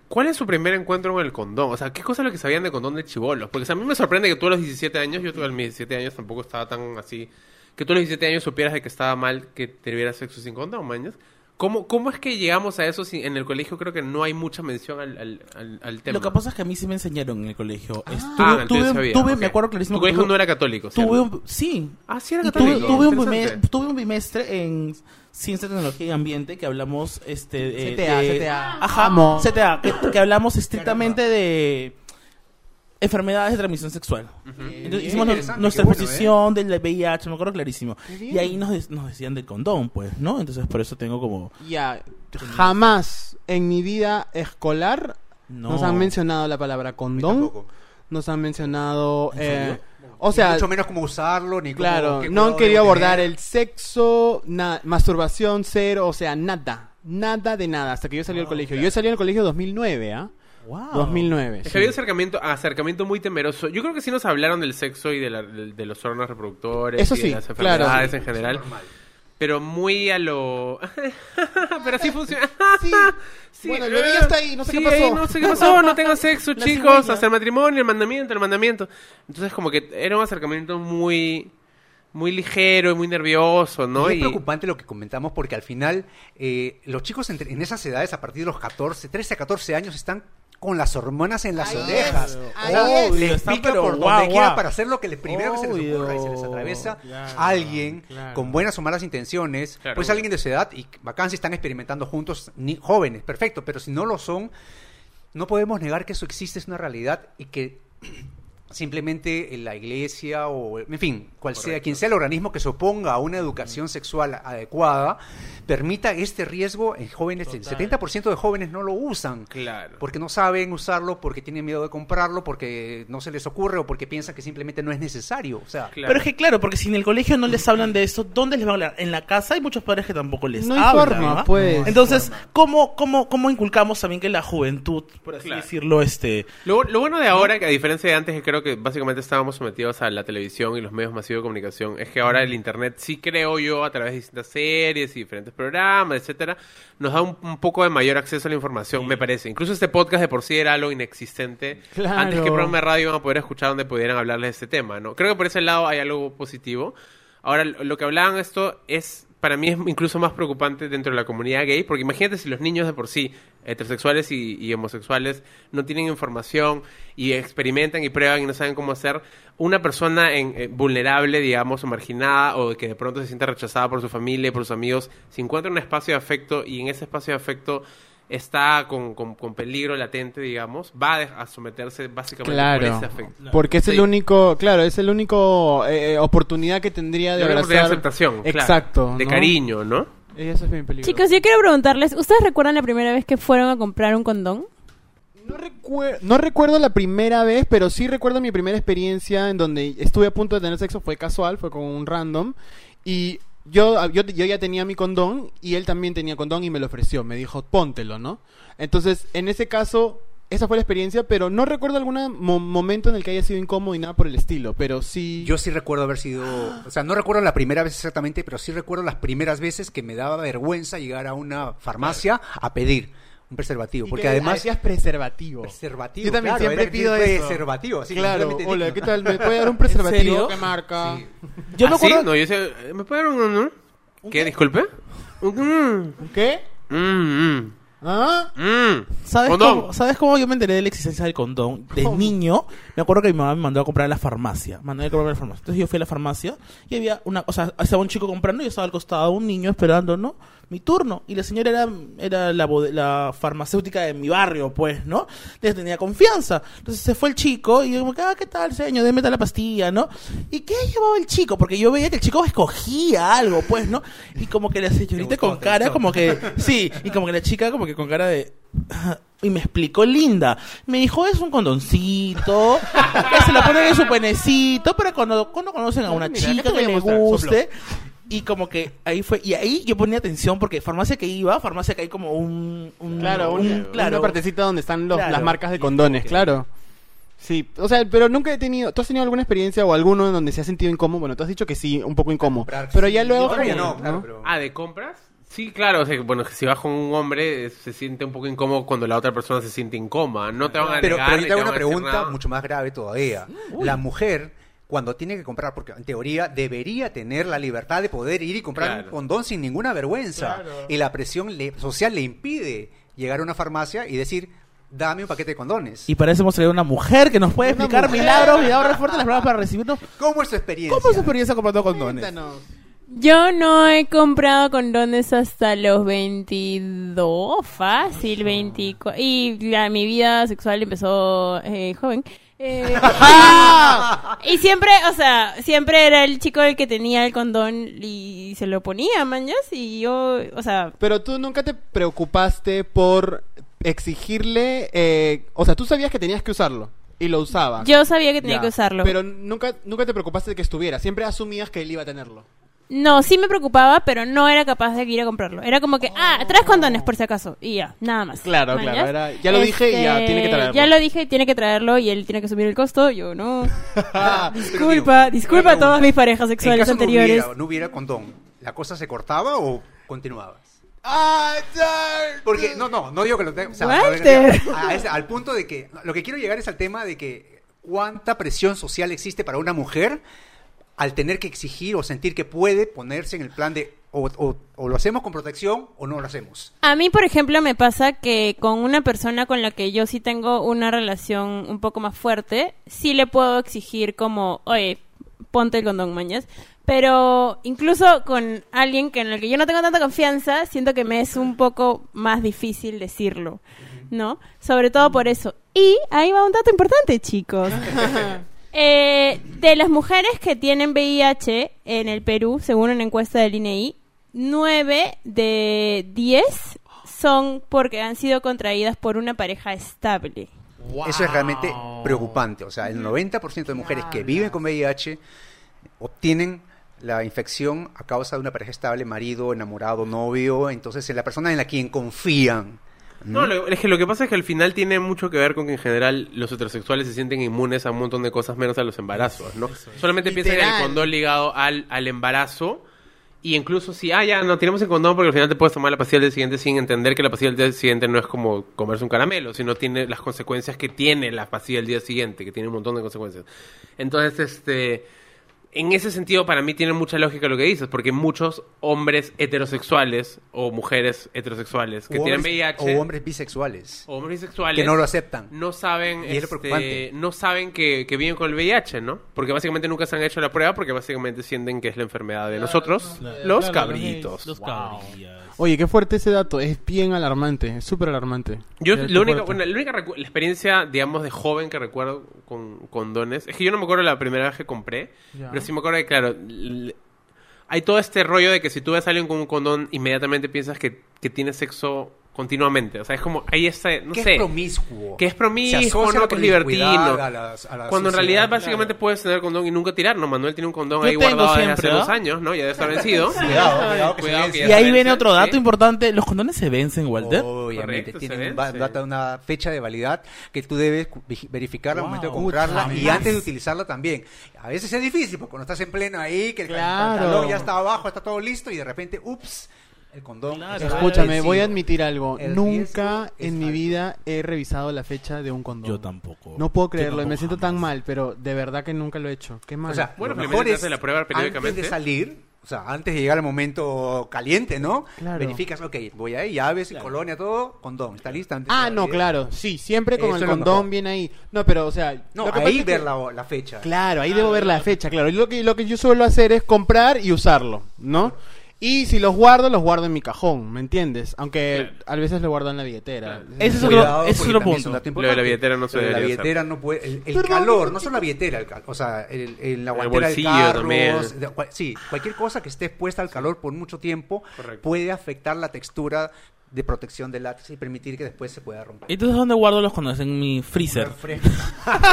S1: ¿Cuál es su primer encuentro con el condón? O sea, ¿qué cosa es lo que sabían de condón de chivolos? Porque o sea, a mí me sorprende que tú a los 17 años, yo tuve a mis 17 años, tampoco estaba tan así, que tú a los 17 años supieras de que estaba mal que tuvieras sexo sin condón, mañas. ¿Cómo, ¿Cómo es que llegamos a eso si en el colegio creo que no hay mucha mención al, al- al- al tema?
S3: Lo que pasa es que a mí sí me enseñaron en el colegio. Estuve-
S1: Ah, entonces
S3: tuve,
S1: sabía,
S3: tuve-
S1: ok.
S3: me acuerdo clarísimo
S1: Tu
S3: que
S1: colegio
S3: tuve-
S1: no era católico, ¿cierto?
S3: tuve un, sí.
S1: Ah, sí era
S3: Y tuve,
S1: católico.
S3: tuve un
S1: interesante.
S3: bimestre, tuve un bimestre en ciencia, tecnología y ambiente que hablamos este eh,
S2: CTA,
S3: de-
S2: CTA.
S3: Ajá,
S2: Amo.
S3: CTA, que, que hablamos estrictamente de enfermedades de transmisión sexual. Entonces,
S5: Bien,
S3: hicimos nos-
S5: Eh, interesante,
S3: nuestra
S5: qué bueno,
S3: exposición del VIH, me acuerdo clarísimo.
S2: bien.
S3: Y ahí nos, de- nos decían del condón, pues, ¿no? Entonces por eso tengo como...
S2: Ya, jamás en mi vida escolar
S3: No.
S2: nos han mencionado la palabra condón.
S5: ¿eh? Tampoco.
S2: Nos han mencionado...
S3: ¿En
S2: eh,
S3: serio?
S2: o sea,
S5: Mucho menos cómo usarlo, ni cómo-
S2: claro,
S5: qué
S2: no han
S5: cuidado
S2: querido
S5: debe
S2: abordar
S5: tener.
S2: el sexo, na- masturbación, cero, o sea, nada. Nada de nada, hasta que yo salí
S5: Ah,
S2: del colegio. Yo salí del colegio 2009, ¿ah?
S3: Wow.
S2: 2009.
S1: Es
S2: sí.
S1: que había acercamiento, acercamiento muy temeroso. Yo creo que sí nos hablaron del sexo y de, la- de- de los órganos reproductores
S2: Eso
S1: y
S2: sí,
S1: de las
S2: claro.
S1: enfermedades
S2: Sí,
S1: en general. Pero muy a lo... pero sí funciona.
S2: Sí.
S1: Sí,
S2: Bueno,
S1: eh,
S2: lo vi hasta ahí, no sé
S1: sí,
S2: qué pasó.
S1: ahí no sé qué pasó, no tengo sexo,
S2: La
S1: chicos,
S2: cigüeña.
S1: hasta el matrimonio, el mandamiento, el mandamiento. Entonces como que era un acercamiento muy muy ligero y muy nervioso, ¿no?
S5: Y es preocupante lo que comentamos porque al final eh, los chicos entre- en esas edades, a partir de los 14, 13 a 14 años, están con las hormonas en las
S2: Ahí
S5: orejas.
S2: es,
S5: O
S2: ahí
S5: sea,
S2: es.
S5: Les
S3: Está,
S5: pica
S3: pero
S5: por
S3: guau,
S5: donde quiera
S3: guau.
S5: para hacer lo que les primero que se les
S2: Obvio.
S5: ocurra y se les atraviesa
S2: Claro,
S5: alguien
S2: claro.
S5: con buenas o malas intenciones.
S1: Claro.
S5: pues alguien de su edad y vacancia están experimentando juntos, ni, jóvenes, perfecto, pero si no lo son, no podemos negar que eso existe, es una realidad y que simplemente la iglesia o, en fin, cual sea, quien sea el organismo que se oponga a una educación sexual adecuada, permita este riesgo en jóvenes. El 70% de jóvenes no lo usan.
S1: Claro.
S5: Porque no saben usarlo, porque tienen miedo de comprarlo, porque no se les ocurre o porque piensan que simplemente no es necesario. O sea,
S1: Claro.
S3: Pero es que claro, porque si en el colegio no les hablan de eso, ¿dónde les van a hablar? En la casa hay muchos padres que tampoco les
S2: No hay
S3: hablan.
S2: forma,
S3: ¿ah?
S2: pues. No hay
S3: Entonces, ¿cómo, cómo, ¿cómo inculcamos también que la juventud, por así
S1: Claro.
S3: decirlo, este...
S1: Lo, lo bueno de ahora, que a diferencia de antes, que creo que básicamente estábamos sometidos a la televisión y los medios masivos de comunicación, es que ahora el Internet sí creo yo, a través de distintas series y diferentes programas, etcétera, nos da un, un poco de mayor acceso a la información, me parece. Incluso este podcast de por sí era algo inexistente.
S2: Claro.
S1: Antes que programa de radio iban a poder escuchar donde pudieran hablarles de este tema, ¿no? Creo que por ese lado hay algo positivo. Ahora, lo lo que hablaban esto es, para mí es incluso más preocupante dentro de la comunidad gay, porque imagínate si los niños de por sí, heterosexuales y, y homosexuales, no tienen información y experimentan y prueban y no saben cómo hacer, una persona en, eh, vulnerable, digamos, o marginada, o que de pronto se sienta rechazada por su familia, y por sus amigos, se encuentra en un espacio de afecto y en ese espacio de afecto está con, con- con peligro latente, digamos, va a de- a someterse básicamente
S2: Claro.
S1: por ese afecto.
S2: Porque es el
S1: Sí.
S2: único, claro, es el único eh, oportunidad que tendría de
S1: Yo creo que
S2: abrazar.
S1: de aceptación, claro.
S2: Exacto.
S1: de
S2: ¿no?
S1: cariño, ¿no?
S2: Y Eso es bien peligroso.
S4: Chicos, yo quiero preguntarles, ¿ustedes recuerdan la primera vez que fueron a comprar un condón?
S2: no, recuer- no recuerdo la primera vez, pero sí recuerdo mi primera experiencia en donde estuve a punto de tener sexo. Fue casual, fue con un random. Y yo, yo, yo ya tenía mi condón y él también tenía condón y me lo ofreció. Me dijo, póntelo, ¿no? Entonces, en ese caso, esa fue la experiencia, pero no recuerdo algún mo- momento en el que haya sido incómodo y nada por el estilo. Pero sí.
S5: Yo sí recuerdo haber sido, o sea, no recuerdo la primera vez exactamente, pero sí recuerdo las primeras veces que me daba vergüenza llegar a una farmacia a pedir un preservativo,
S2: Y
S5: porque
S2: que
S5: además
S2: decías preservativo.
S5: preservativo.
S2: Yo también
S5: claro,
S2: siempre
S5: era que
S2: pido
S5: tiene
S2: eso.
S5: Preservativo, sí,
S2: claro,
S5: completamente
S2: hola, ¿qué
S5: digno.
S2: tal? ¿Me puede dar
S3: serio?
S2: un preservativo? ¿Qué marca?
S3: Yo me
S1: ¿Ah, sí?
S3: acuerdo...
S1: No, yo sé- ¿Me puede dar un... un- un- ¿Qué? Disculpe. Un-
S2: ¿Un ¿Qué?
S1: mm, mm, mm,
S2: ¿Ah?
S1: mm.
S3: ¿Sabes
S1: Condón.
S3: cómo, ¿Sabes cómo yo me enteré de la existencia del condón? De
S2: ¿Cómo?
S3: niño, me acuerdo que mi mamá me mandó a comprar a la farmacia. Mandó a comprar a la farmacia. Entonces yo fui a la farmacia y había una. O sea, estaba un chico comprando y yo estaba al costado, un niño esperando, ¿no? mi turno. Y la señora era, era la, bode- la farmacéutica de mi barrio, pues, ¿no? Entonces tenía confianza. Entonces se fue el chico y yo como, que, ah, ¿qué tal, señor? Deme tal la pastilla, ¿no? ¿Y qué llevaba el chico? Porque yo veía que el chico escogía algo, pues, ¿no? Y como que la señorita
S5: gustó,
S3: con
S5: te
S3: cara
S5: gustó.
S3: como que, sí, y como que la chica como que con cara de... Y me explicó linda. Me dijo, es un condoncito, que se lo ponen en su penecito, para cuando, cuando conocen a una
S2: Mira, ¿qué te
S3: chica
S2: voy
S3: que
S2: a
S3: le
S2: mostrar?
S3: guste. Y como que ahí fue, y ahí yo ponía atención porque farmacia que iba, farmacia que hay como un, un-
S2: Claro,
S3: un-
S2: un-
S3: claro.
S2: una partecita donde están los-
S3: Claro.
S2: las marcas de condones, claro. Sí, o sea, pero nunca he tenido. ¿Tú has tenido alguna experiencia o alguno en donde se ha sentido incómodo? Bueno, tú has dicho que sí, un poco incómodo.
S5: Comprar,
S2: Pero
S5: sí.
S2: ya luego.
S5: Ahora ya
S2: como-
S5: no, claro, pero-
S1: Ah, ¿de compras? Sí, claro. O sea, bueno, que si vas con un hombre eh, se siente un poco incómodo cuando la otra persona se siente incómoda. No te van a
S5: Pero,
S1: negar,
S5: pero yo
S1: ni
S5: te hago
S1: van
S5: una
S1: a decir
S5: pregunta
S1: nada.
S5: mucho más grave todavía. La mujer, cuando tiene que comprar, porque en teoría debería tener la libertad de poder ir y comprar un
S1: Claro.
S5: condón sin ninguna vergüenza. Y la presión le- social le impide llegar a una farmacia y decir, dame un paquete de condones.
S3: Y para eso hemos traído una mujer que nos puede explicar milagros, milagros refuerza las palabras para recibirnos.
S1: Eh,
S5: ¿Cómo es su experiencia?
S3: ¿Cómo es su experiencia comprando condones?
S2: Cuéntanos.
S4: Yo no he comprado condones hasta los 22, fácil,
S2: Ah.
S4: 24. Y la- mi vida sexual empezó eh, joven. Eh, y siempre, o sea, siempre era el chico el que tenía el condón y se lo ponía, manjas. Y yo, o sea,
S2: Pero tú nunca te preocupaste por exigirle. eh, o sea, tú sabías que tenías que usarlo y lo usabas.
S4: yo sabía que tenía
S2: Ah. Ya,
S4: que usarlo.
S2: Pero nunca, nunca te preocupaste de que estuviera. Siempre asumías que él iba a tenerlo.
S4: No, sí me preocupaba, pero no era capaz de ir a comprarlo. Era como que, ah, traes condones por si acaso. Y ya, nada más.
S2: Oh. Claro,
S4: ¿Mañas?
S2: claro, era- ya lo dije y ya, tiene que traerlo.
S4: Ya lo dije y tiene que traerlo y él tiene que asumir el costo. Yo no.
S5: Ah, pero
S4: disculpa,
S5: digo,
S4: disculpa a
S5: una
S4: todas
S5: pregunta.
S4: mis parejas
S5: En caso
S4: sexuales
S5: no
S4: anteriores.
S5: hubiera- no hubiera condón, ¿la cosa se cortaba o continuabas? Porque, no, no, no digo que lo tenga. o sea, a ver,
S4: Walter.
S5: ya, a ese- al punto de que. Lo que quiero llegar es al tema de que cuánta presión social existe para una mujer al tener que exigir o sentir que puede ponerse en el plan de o, o- o lo hacemos con protección o no lo hacemos.
S4: A mí, por ejemplo, me pasa que con una persona con la que yo sí tengo una relación un poco más fuerte, sí le puedo exigir como, oye, ponte el condón, mañas. Pero incluso con alguien que en el que yo no tengo tanta confianza, siento que me es un poco más difícil decirlo, ¿no? Sobre todo por eso. Y ahí va un dato importante, chicos. Eh, de las mujeres que tienen VIH en el Perú, según una encuesta del INEI, 9 de 10 son porque han sido contraídas por una pareja estable.
S5: Eso es realmente preocupante. O sea, el 90% de mujeres que viven con VIH obtienen la infección a causa de una pareja estable, marido, enamorado, novio, entonces en la persona en la quien confían. ¿Mm?
S1: No, lo- es que lo que pasa es que al final tiene mucho que ver con que en general los heterosexuales se sienten inmunes a un montón de cosas menos a los embarazos, ¿no? Solamente piensan en el
S2: Literal.
S1: condón ligado al, al embarazo y incluso si, ah, ya, no tenemos el condón porque al final te puedes tomar la pastilla del siguiente sin entender que la pastilla del día siguiente no es como comerse un caramelo, sino tiene las consecuencias que tiene la pastilla del día siguiente, que tiene un montón de consecuencias. Entonces, este... En ese sentido, para mí tiene mucha lógica lo que dices, porque muchos hombres heterosexuales o mujeres heterosexuales que
S5: O
S1: tienen
S5: hombres-
S1: VIH
S5: O hombres bisexuales.
S1: o hombres sexuales
S5: Que no lo aceptan.
S1: no saben
S5: Y es lo
S1: este,
S5: preocupante.
S1: no saben que, que viven con el VIH no porque básicamente nunca se han hecho la prueba porque básicamente sienten que es la enfermedad de nosotros los cabritos
S3: Los cabrillas.
S2: Oye, qué fuerte ese dato. Es bien alarmante. Es súper alarmante.
S1: yo
S2: Qué-
S1: la
S2: qué
S1: única,
S2: fuerte.
S1: bueno, la única recu- la experiencia digamos de joven que recuerdo con condones es que yo no me acuerdo la primera vez que compré
S2: Ya.
S1: pero sí me acuerdo que claro l- hay todo este rollo de que si tú ves a alguien con un condón inmediatamente piensas que, que tiene sexo continuamente o sea es como hay ese no
S5: que
S1: sé
S5: es promiscuo.
S1: que es promiscuo,
S5: Se asocia
S1: ¿no?
S5: la
S1: que es libertino.
S5: promiscuidad a las- a la
S1: Cuando en
S5: sociedad.
S1: realidad básicamente puedes tener condón y nunca tirar, ¿no? Manuel tiene un condón
S3: Yo
S1: ahí
S3: tengo
S1: guardado desde
S3: siempre,
S1: hace dos
S3: ¿ah?
S1: años, ¿no? Ya debe estar vencido.
S5: Cuidado, cuidado, que se vence.
S1: que ya
S3: Y
S1: se
S3: ahí
S1: vence,
S3: viene otro dato
S1: ¿sí?
S3: importante. ¿Los condones se vencen, Walter?
S2: Oh,
S5: Obviamente,
S1: Correcto,
S5: tiene
S1: se
S5: un va-
S1: vence.
S5: data- una fecha de validad que tú debes cu- vi- verificar al
S3: Wow.
S5: momento de
S3: Puta,
S5: comprarla y
S3: jamás.
S5: antes de utilizarla también. A veces es difícil, porque cuando estás en pleno ahí, que el
S2: Claro.
S5: pantalón ya está abajo, está todo listo y de repente, ups, el condón. está
S2: Escúchame,
S5: vencido.
S2: voy a admitir algo.
S5: El
S2: Nunca
S5: riesgo es
S2: en mi
S5: alto.
S2: vida he revisado la fecha de un condón.
S3: Yo tampoco.
S2: No puedo
S3: Yo
S2: creerlo y me
S3: tampoco
S2: siento
S3: jamás.
S2: tan mal, pero de verdad que nunca lo he hecho. Qué mal.
S5: O sea,
S1: Bueno,
S5: lo
S1: Clemente,
S5: mejor
S1: te
S5: es
S1: hace la prueba periódicamente.
S5: antes de salir, o sea, antes de llegar al momento caliente, ¿no?
S2: Claro.
S5: Verificas, ok, voy ahí, llaves, colonia, todo, condón, está lista antes de
S2: ah, no,
S5: salir.
S2: claro. Sí, siempre con
S5: Eso
S2: el
S5: es lo
S2: condón
S5: mejor.
S2: bien ahí. No, pero, o sea...
S5: No,
S2: lo que pasa
S5: ahí
S2: es que-
S5: ver la, Ah, la fecha.
S2: Claro, ahí debo ver la fecha, claro. Y lo que, lo que yo suelo hacer es comprar y usarlo, ¿no? Y si los guardo, los guardo en mi cajón, ¿me entiendes? Aunque
S1: Claro.
S2: a veces lo guardo en la billetera.
S1: Claro.
S3: Ese es otro-
S5: Cuidado,
S3: ese es
S5: porque
S3: otro
S5: también es
S3: punto.
S1: Lo
S5: un dato
S1: de la
S5: importante.
S1: billetera no se
S5: Lo de La
S1: debería
S5: billetera no puede. El, el
S2: Pero,
S5: calor, no solo la billetera, el cal- o sea, el, el- la
S1: El
S5: guantera del
S1: bolsillo
S5: carro,
S1: también.
S5: de- cual- sí, cualquier cosa que esté expuesta al calor por mucho tiempo
S1: Correcto.
S5: puede afectar la textura de protección del látex y permitir que después se pueda romper.
S3: Entonces, ¿dónde guardo los condones? En mi freezer.
S5: Refresco.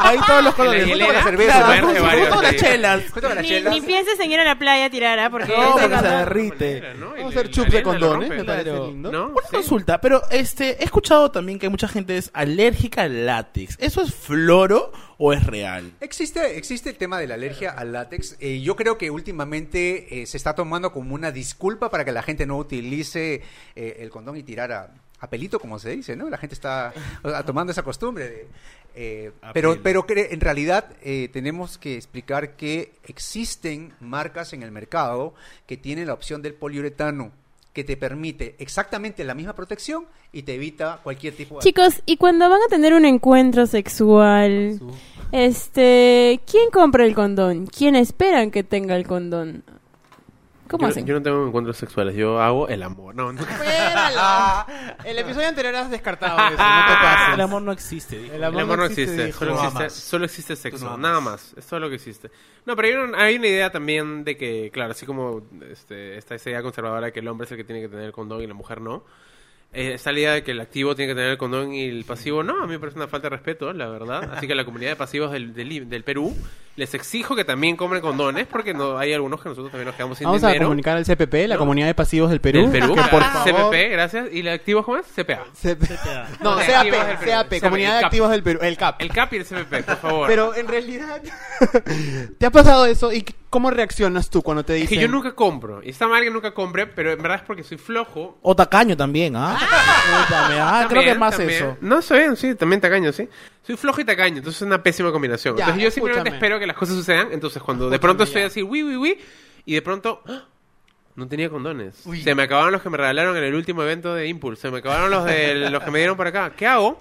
S2: Ahí todos los colores.
S1: En la
S5: Junto con la
S1: hielera,
S5: cerveza,
S1: claro,
S5: junto-
S1: varios,
S5: junto con las
S1: sí.
S5: chelas. Junto con las
S4: Ni,
S5: chelas.
S4: ni pienses en ir a la playa a tirar, ¿ah? Porque...
S2: No, porque se
S4: cuando-
S2: derrite.
S1: manera, ¿no?
S2: Vamos
S1: El-
S2: a hacer
S1: la
S2: chup de
S1: arena lo
S2: condones,
S1: rompe.
S2: me parece
S3: Claro.
S2: lindo.
S1: ¿No?
S3: Una
S1: Sí.
S3: consulta, pero este, he escuchado también que mucha gente es alérgica al látex. ¿Eso es floro o es real?
S5: Existe, existe el tema de la alergia al látex. Eh, yo creo que últimamente eh, se está tomando como una disculpa para que la gente no utilice eh, el condón y tirar a, a pelito, como se dice, ¿no? La gente está o sea, tomando esa costumbre. de, eh,
S3: A
S5: pero
S3: pelo.
S5: pero cre- en realidad eh, tenemos que explicar que existen marcas en el mercado que tienen la opción del poliuretano que te permite exactamente la misma protección y te evita cualquier tipo de...
S4: Chicos, ¿y cuando van a tener un encuentro sexual? Este, ¿quién compra el condón? ¿Quién esperan que tenga el condón? ¿Cómo
S1: yo,
S4: hacen?
S1: yo no tengo encuentros sexuales, yo hago el amor. No, no. Ah.
S2: El episodio anterior has descartado eso, no te pases.
S3: El amor no existe. dijo.
S1: El amor Ah. no existe,
S2: dijo.
S1: solo,
S3: Tú
S1: existe
S3: amas.
S1: solo existe sexo,
S3: amas.
S1: nada más, es todo lo que existe. No, pero hay un- hay una, idea también de que, claro, así como este, está esa idea conservadora de que el hombre es el que tiene que tener el condón y la mujer no, eh, está la idea de que el activo tiene que tener el condón y el pasivo no, a mí me parece una falta de respeto, la verdad. Así que a la comunidad de pasivos del, del, del Perú les exijo que también compren condones porque no hay algunos que nosotros también nos quedamos sin
S2: Vamos a
S1: dinero.
S2: comunicar al CPP, la
S1: ¿No?
S2: comunidad de pasivos del Perú.
S1: Del Perú, Ah.
S2: que por
S1: claro.
S2: favor-
S1: CPP, gracias. ¿Y el activo cómo es? CPA.
S2: CP. No,
S1: De
S2: CAP,
S1: activos del Perú.
S2: CAP, Comunidad
S1: El
S2: de
S1: CAP.
S2: Activos del Perú, el CAP.
S1: El CAP y el CPP, por favor.
S2: Pero en realidad, ¿te ha pasado eso? ¿Y cómo reaccionas tú cuando te
S1: Es
S2: dicen?
S1: que yo nunca compro. Y está mal que nunca compre, pero en verdad es porque soy flojo.
S3: O tacaño también, ¿ah? Puta, me- ah, creo
S1: También,
S3: que es más
S1: también.
S3: eso.
S1: No, soy bien, sí, también tacaño, sí. Soy flojo y tacaño, entonces es una pésima combinación.
S2: Ya,
S1: entonces yo simplemente
S2: escúchame.
S1: espero que las cosas sucedan. Entonces cuando de pronto estoy así, uy, uy, uy, y de pronto... ¡ah! No tenía condones. Se me acabaron los que me regalaron en el último evento de Impulse. Se me acabaron los de los que me dieron por acá. ¿Qué hago?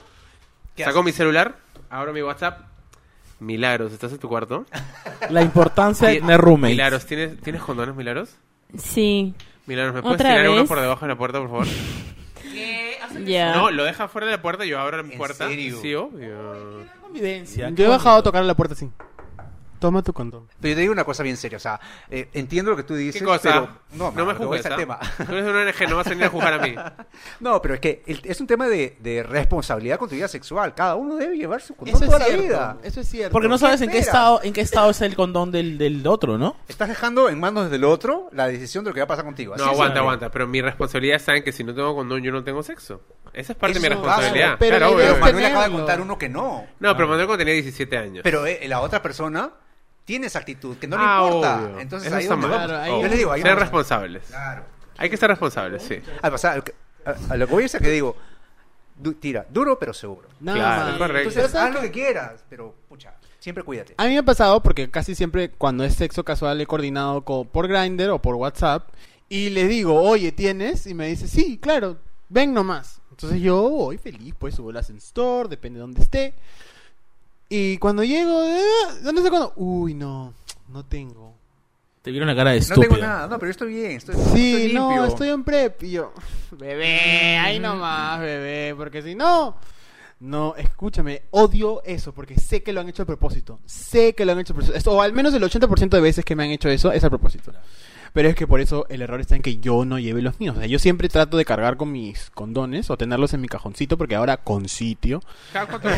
S1: Saco mi celular, abro mi WhatsApp. Milagros, ¿estás en tu cuarto?
S3: La importancia de
S1: Ti-
S3: tener roommates.
S1: Milagros, ¿tienes, ¿tienes condones, Milagros?
S4: Sí,
S1: Milagros, ¿me puedes
S4: ¿Otra
S1: tirar uno
S4: vez?
S1: por debajo de la puerta, por favor?
S4: ya.
S1: No, lo deja fuera de la puerta, yo abro mi
S5: ¿En
S1: puerta.
S5: serio?
S1: Sí, obvio.
S3: Convivencia.
S2: Yo he bajado a tocar la puerta así. Toma tu condón.
S5: Pero yo te digo una cosa bien seria, o sea, eh, entiendo lo que tú dices,
S1: ¿Qué cosa?
S5: pero...
S1: no,
S5: pero
S1: me
S5: voy
S1: juzgues.
S5: al
S1: ¿ah?
S5: tema.
S1: Tú eres de una ONG, no vas a venir a juzgar a mí.
S5: No, pero es que el- es un tema de, de responsabilidad con tu vida sexual. Cada uno debe llevar su condón
S2: Eso es
S5: toda la
S2: cierto.
S5: vida.
S2: Eso es cierto.
S3: Porque no sabes en qué
S5: espera?
S3: estado, en qué estado es el condón del, del otro, ¿no?
S5: Estás dejando en manos del otro la decisión de lo que va a pasar contigo.
S1: No,
S5: Así es
S1: aguanta,
S5: simple.
S1: aguanta. Pero mi responsabilidad saben que si no tengo condón, yo no tengo sexo. Esa es parte de mi
S5: Eso,
S1: responsabilidad.
S2: claro, pero
S1: claro,
S2: la
S1: obvio,
S2: idea
S5: Pero
S2: es
S1: obvio.
S5: Manuel acaba de
S2: tenerlo.
S5: contar uno que no.
S1: No, pero Manuel cuando tenía 17 años.
S5: Pero eh, la otra persona tiene esa actitud que no le
S1: Ah,
S5: importa.
S1: obvio.
S5: Entonces
S1: Eso
S5: ahí es
S1: está
S5: donde
S1: mal.
S5: vamos.
S2: Claro, ahí-
S5: Yo le digo, ahí
S1: Ser
S5: vamos.
S1: responsables.
S5: Claro.
S1: Hay que ser responsables, sí.
S5: Ah, o sea, a, a- a lo que voy a decir es que digo, du- tira, duro pero seguro.
S2: Nada
S1: Claro,
S2: más.
S1: correcto.
S5: Entonces haz lo que quieras, pero pucha, siempre cuídate.
S2: A mí me ha pasado porque casi siempre cuando es sexo casual he coordinado co- por Grindr o por WhatsApp y les digo, oye, ¿tienes? Y me dice, sí, claro, ven nomás. Entonces yo voy feliz, pues subo las en store, depende de dónde esté. Y cuando llego, eh, ¿dónde está cuando? Uy, no, no tengo.
S3: Te vieron la cara de
S5: No
S3: estúpido.
S5: tengo nada, no, pero yo estoy bien, estoy,
S2: Sí,
S5: estoy limpio. Mm.
S2: no, estoy en prep. Y yo, bebé, ahí nomás, bebé, porque si no. No, escúchame, odio eso porque sé que lo han hecho a propósito. Sé que lo han hecho a propósito. Esto- O al menos el 80% de veces que me han hecho eso es a propósito. Pero es que por eso el error está en que yo no lleve los míos. O sea, yo siempre trato de cargar con mis condones o tenerlos en mi cajoncito porque ahora con sitio.
S1: ¿Cada cuánto,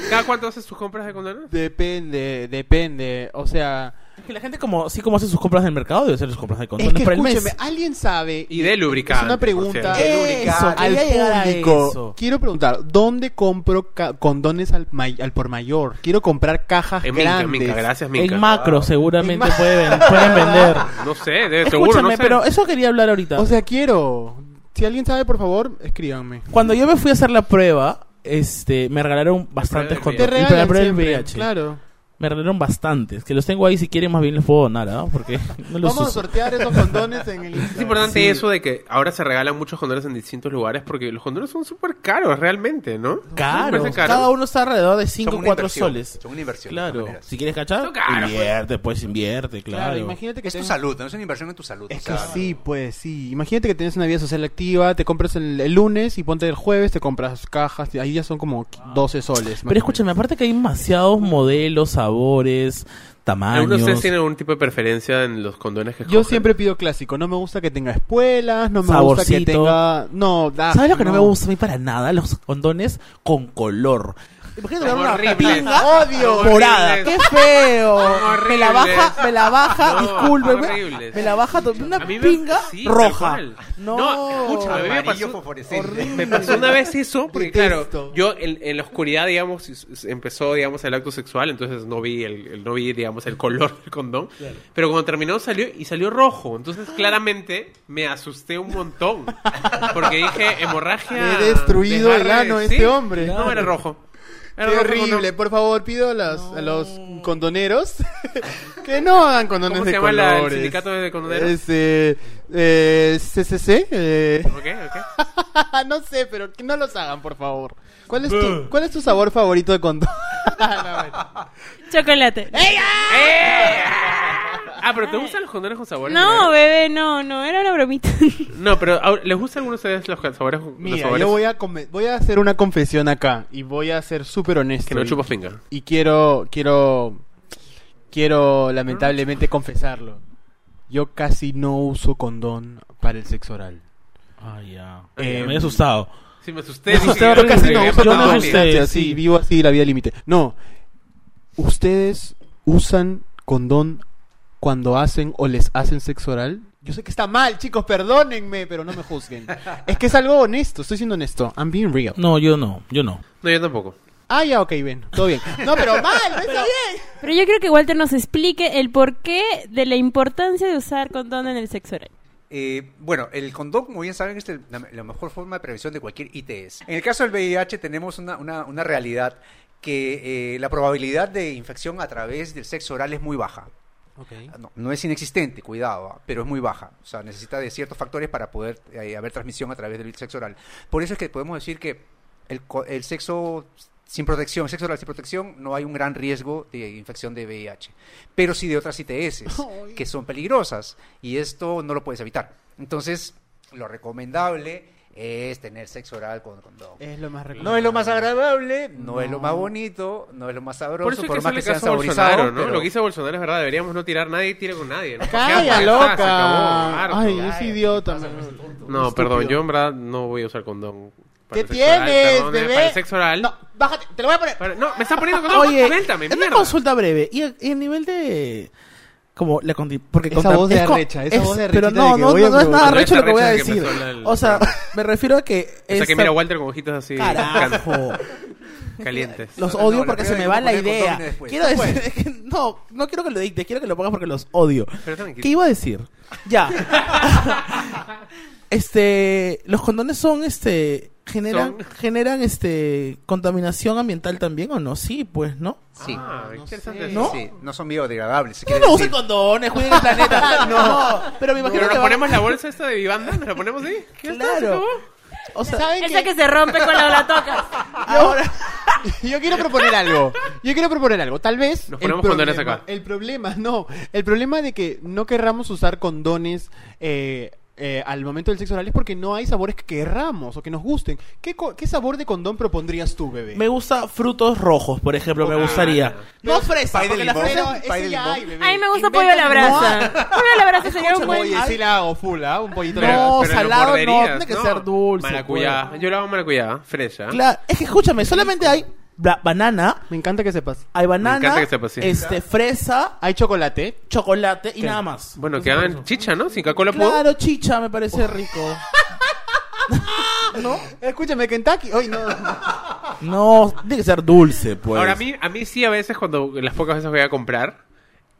S1: ¿Cada cuánto haces tus compras de condones?
S2: Depende, depende. O sea,
S3: Es que la gente como, sí como hace sus compras del mercado, debe hacer sus compras de
S2: es
S3: condones
S2: que
S3: para el mes.
S2: escúcheme, alguien sabe.
S1: Y de
S2: Es
S1: lubricante.
S2: una pregunta.
S1: por
S5: Eh,
S1: cierto.
S5: Eso,
S2: al
S3: quería llegar a eso.
S2: público. Quiero preguntar, ¿dónde compro ca- condones al, may- al por mayor? Quiero comprar cajas
S1: En Minca,
S2: grandes.
S1: Minca, gracias, Minca.
S3: En
S2: Ah.
S3: macro seguramente pueden, pueden vender.
S1: No sé, debe, Eh, seguro,
S3: Escúchame,
S1: no sé.
S3: pero eso quería hablar ahorita.
S2: O sea, quiero. Si alguien sabe, por favor, escríbanme.
S3: Cuando yo me fui a hacer la prueba, este, me regalaron bastantes
S1: del
S3: condones.
S1: VIH.
S3: Y para la prueba del
S2: siempre,
S3: VIH.
S2: Claro.
S3: Me regalaron bastantes. Que los tengo ahí, si quieren, más bien les puedo donar, ¿ah? Porque no los
S2: Vamos a
S3: uso.
S2: sortear esos condones en el
S1: Es importante eso de que ahora se regalan muchos condones en distintos lugares porque los condones son súper caros realmente, ¿no?
S3: Caros.
S1: Parecen caros.
S3: Cada uno está alrededor de
S5: Son
S3: 5 o
S5: una
S3: 4
S5: inversión,
S3: soles.
S5: Son una inversión. de todas
S3: Claro.
S5: maneras.
S3: Si quieres cachar,
S1: Son caros, pues.
S3: invierte, pues invierte, claro.
S2: Claro, imagínate que
S5: Es tu
S2: tengas-
S5: salud, no es una inversión en tu salud.
S2: Es
S5: o
S2: que
S5: sea,
S2: sí, pues sí. Imagínate que tienes una vida social activa, te compras el, el lunes y ponte el jueves, te compras cajas, y ahí ya son como 12 soles. más o
S3: Pero escúchame, aparte que hay demasiados modelos, sabores, tamaños.
S1: ¿Algunos de ustedes tienen algún tipo de preferencia en los condones que
S2: menos. Yo
S1: escogen?
S2: siempre pido clásico, no me gusta que tenga espuelas, no me gusta que
S3: Saborcito.
S2: tenga... No, da-
S3: ¿Sabes lo que no. me gusta a mí para nada? Los condones con color. Imagínate
S1: Son
S3: agarrar una
S1: horribles.
S3: pinga
S1: Odio. Son
S3: morada. ¡Qué
S1: horribles.
S3: feo!
S1: Son
S3: Me la
S1: horribles.
S3: baja, me la baja,
S1: No,
S3: disculpe.
S1: son
S3: Me,
S1: horribles.
S3: me la baja to- una
S1: A mí me-
S3: pinga
S1: sí, tal
S3: roja.
S1: cual.
S3: No,
S1: No, escucha, a mí me
S5: amarillo
S1: pasó-
S5: fosforescente.
S1: Me pasó una vez eso, porque claro,
S2: Detesto.
S1: yo en, en la oscuridad, digamos, s- s- empezó, digamos, el acto sexual, entonces no vi el, el- no vi, digamos, el color del condón. Pero cuando terminó salió y salió rojo, entonces claramente me asusté un montón, porque dije hemorragia.
S2: Le he destruido el
S1: desgarre,
S2: ano a este hombre.
S1: No era rojo. Era
S2: Qué
S1: rojo con un-
S2: horrible, por favor, pido a, las- a los condoneros que no hagan condones
S1: ¿Cómo
S2: de
S1: se llama la- el
S2: colores.
S1: sindicato de condoneros?
S2: Es, eh, eh, CCC. eh.
S1: ¿Ok? ¿Ok?
S2: no sé, pero que no los hagan, por favor. ¿Cuál es tu, ¿cuál es tu sabor favorito de condón?
S4: Chocolate.
S1: ¡Eh! Ah, pero ¿te gustan los condones con sabores?
S4: No,
S1: generales?
S4: bebé, no, no, era una bromita.
S1: No, pero ahora, ¿les gustan algunos de ustedes los ca- sabores? los
S2: Mira,
S1: sabores
S2: yo voy a, come- voy a hacer una confesión acá y voy a ser súper honesto.
S1: que no
S2: y-
S1: chupas pinga.
S2: Y quiero, quiero, quiero lamentablemente confesarlo. Yo casi no uso condón para el sexo oral.
S3: Ay, Ah, ya.
S2: Eh,
S3: me he asustado.
S1: Sí, me asusté.
S3: Me
S1: dije,
S3: asusté,
S1: ya
S3: pero
S1: me
S3: casi
S1: asusté,
S3: no,
S1: ya
S3: solo
S1: me
S3: me
S1: asusté.
S3: asusté.
S2: Fíjate,
S3: Ustedes,
S2: así,
S3: sí.
S2: vivo así la vida límite. No, ustedes usan condón cuando hacen o les hacen sexo oral. Yo sé que está mal, chicos, perdónenme, pero no me juzguen. Es que es algo honesto, estoy siendo honesto. I'm being real.
S3: No, yo no, yo no.
S1: No, yo tampoco.
S2: Ah, ya, ok, bien, todo bien. No, pero mal, no está bien.
S4: Pero yo creo que Walter nos explique el porqué de la importancia de usar condón en el sexo oral.
S5: Eh, bueno, el condón, como bien saben, este es el- la, la mejor forma de prevención de cualquier ITS. En el caso del VIH tenemos una, una- una realidad que eh, la probabilidad de infección a través del sexo oral es muy baja. Ah, No, no es inexistente, cuidado, ah, pero es muy baja. O sea, necesita de ciertos factores para poder eh, haber transmisión a través del sexo oral. Por eso es que podemos decir que el, co- el sexo sin protección, sexo oral sin protección, no hay un gran riesgo de infección de VIH. Pero sí de otras ITS,
S2: Ay.
S5: que son peligrosas, y esto no lo puedes evitar. Entonces, lo recomendable es tener sexo oral con condón.
S2: Es lo más
S5: Eh, No es lo más agradable, no, es lo
S2: No.
S5: más bonito, no es lo más sabroso,
S1: Por eso hay que
S5: más
S1: hacerle
S5: que sean
S1: caso a Bolsonaro,
S5: saborizados.
S1: ¿no?
S5: pero-
S1: Lo que hizo Bolsonaro es verdad. Deberíamos no tirar nadie tira con nadie. ¿no? Ya, ya
S2: Calla,
S1: está, se
S2: loca.
S1: acabó, harto.
S2: Ay, es idiota.
S1: No, perdón. Yo en verdad no voy a usar condón. para
S2: ¿Qué
S1: el sexo oral,
S2: tienes,
S1: perdón, eh,
S2: bebé?
S1: Para el sexo oral.
S2: No, bájate, te lo voy a poner.
S1: Para- No, me está poniendo condón.
S3: Ah, Oye,
S1: Cuéntame,
S3: una
S1: mierda.
S3: consulta breve. Y el, y el nivel de. Como la conti- porque
S2: Esa
S3: contra-
S2: voz de
S3: es co-
S2: arrecha, esa voz de
S3: Pero
S2: arrechita
S3: no,
S2: de que
S3: no,
S2: voy a
S3: no, no es nada
S2: preguntar.
S3: arrecho lo que voy a
S1: Esa arrecha que
S3: decir.
S1: me suena el-
S3: O sea, me refiero a que.
S1: O sea, que
S3: esta-
S1: mira a Walter con ojitos así
S3: Carajo.
S1: calientes.
S3: Los
S5: No,
S3: odio
S5: la
S3: porque se me
S5: primera que
S3: va
S5: me
S3: la
S5: pone
S3: idea.
S5: condón después.
S3: Quiero decir que no, no quiero que lo dictes, quiero que lo pongas porque los odio.
S1: Pero tranquilo.
S3: ¿Qué iba a decir? Ya. este, los condones son este generan
S1: Son-
S3: generan este contaminación ambiental también o no? Sí, pues, ¿no?
S5: Sí.
S1: Ah, interesante.
S2: sé.
S1: eso.
S3: ¿No?
S5: Sí, no son biodegradables. se
S3: Que
S5: quiere
S3: no usen
S5: decir.
S3: condones, cuiden el planeta. no, pero me imagino
S1: Pero
S3: que
S1: nos
S3: van-
S1: ponemos la bolsa esta de vivanda, nos la ponemos ahí. Ya está, se
S3: Claro.
S1: acabó.
S3: O sea,
S2: ¿Saben
S4: Esa
S2: qué?
S4: que se rompe cuando la tocas.
S3: ahora
S2: Yo quiero proponer algo. Yo quiero proponer algo. Tal vez.
S1: Nos
S2: el
S1: ponemos condones
S2: problema-
S1: acá.
S2: El problema, no. El problema de que no querramos usar condones eh, eh, al momento del sexo oral es porque no hay sabores que querramos o que nos gusten. ¿Qué, co- qué sabor de condón propondrías tú, bebé?
S3: me gusta frutos rojos, por ejemplo, me
S1: Ah,
S3: gustaría.
S1: ya.
S3: No fresa,
S5: pay de
S3: porque la
S5: limón.
S3: fresa
S2: Pero
S5: Pay de
S2: ese ya
S5: limón.
S2: hay, bebé.
S4: A mí me gusta pollo a
S2: Inventa-
S4: la brasa. Pollo a la brasa sería un buen...
S2: Oye, sí la hago full, ¿ah? Un pollito a la
S3: No,
S2: brasa.
S1: lo
S3: salado no,
S1: morderías,
S3: tiene que ser dulce,
S1: Maracuyá.
S3: pues.
S1: Yo lo hago maracuyá, fresa.
S3: Claro, es que escúchame, solamente hay ba- banana,
S2: Me encanta que sepas.
S3: hay banana,
S1: encanta que sepas, sí.
S3: este fresa,
S2: Hay chocolate.
S3: chocolate y
S2: ¿Qué?
S3: nada más.
S1: Bueno, que hagan chicha, ¿no? Sin Coca-Cola puedo.
S3: Claro, chicha me parece rico.
S2: Escúchame, Kentucky. Ay, no.
S3: No, tiene que ser dulce, pues.
S1: Ahora, a mí, a mí sí, a veces, cuando las pocas veces voy a comprar,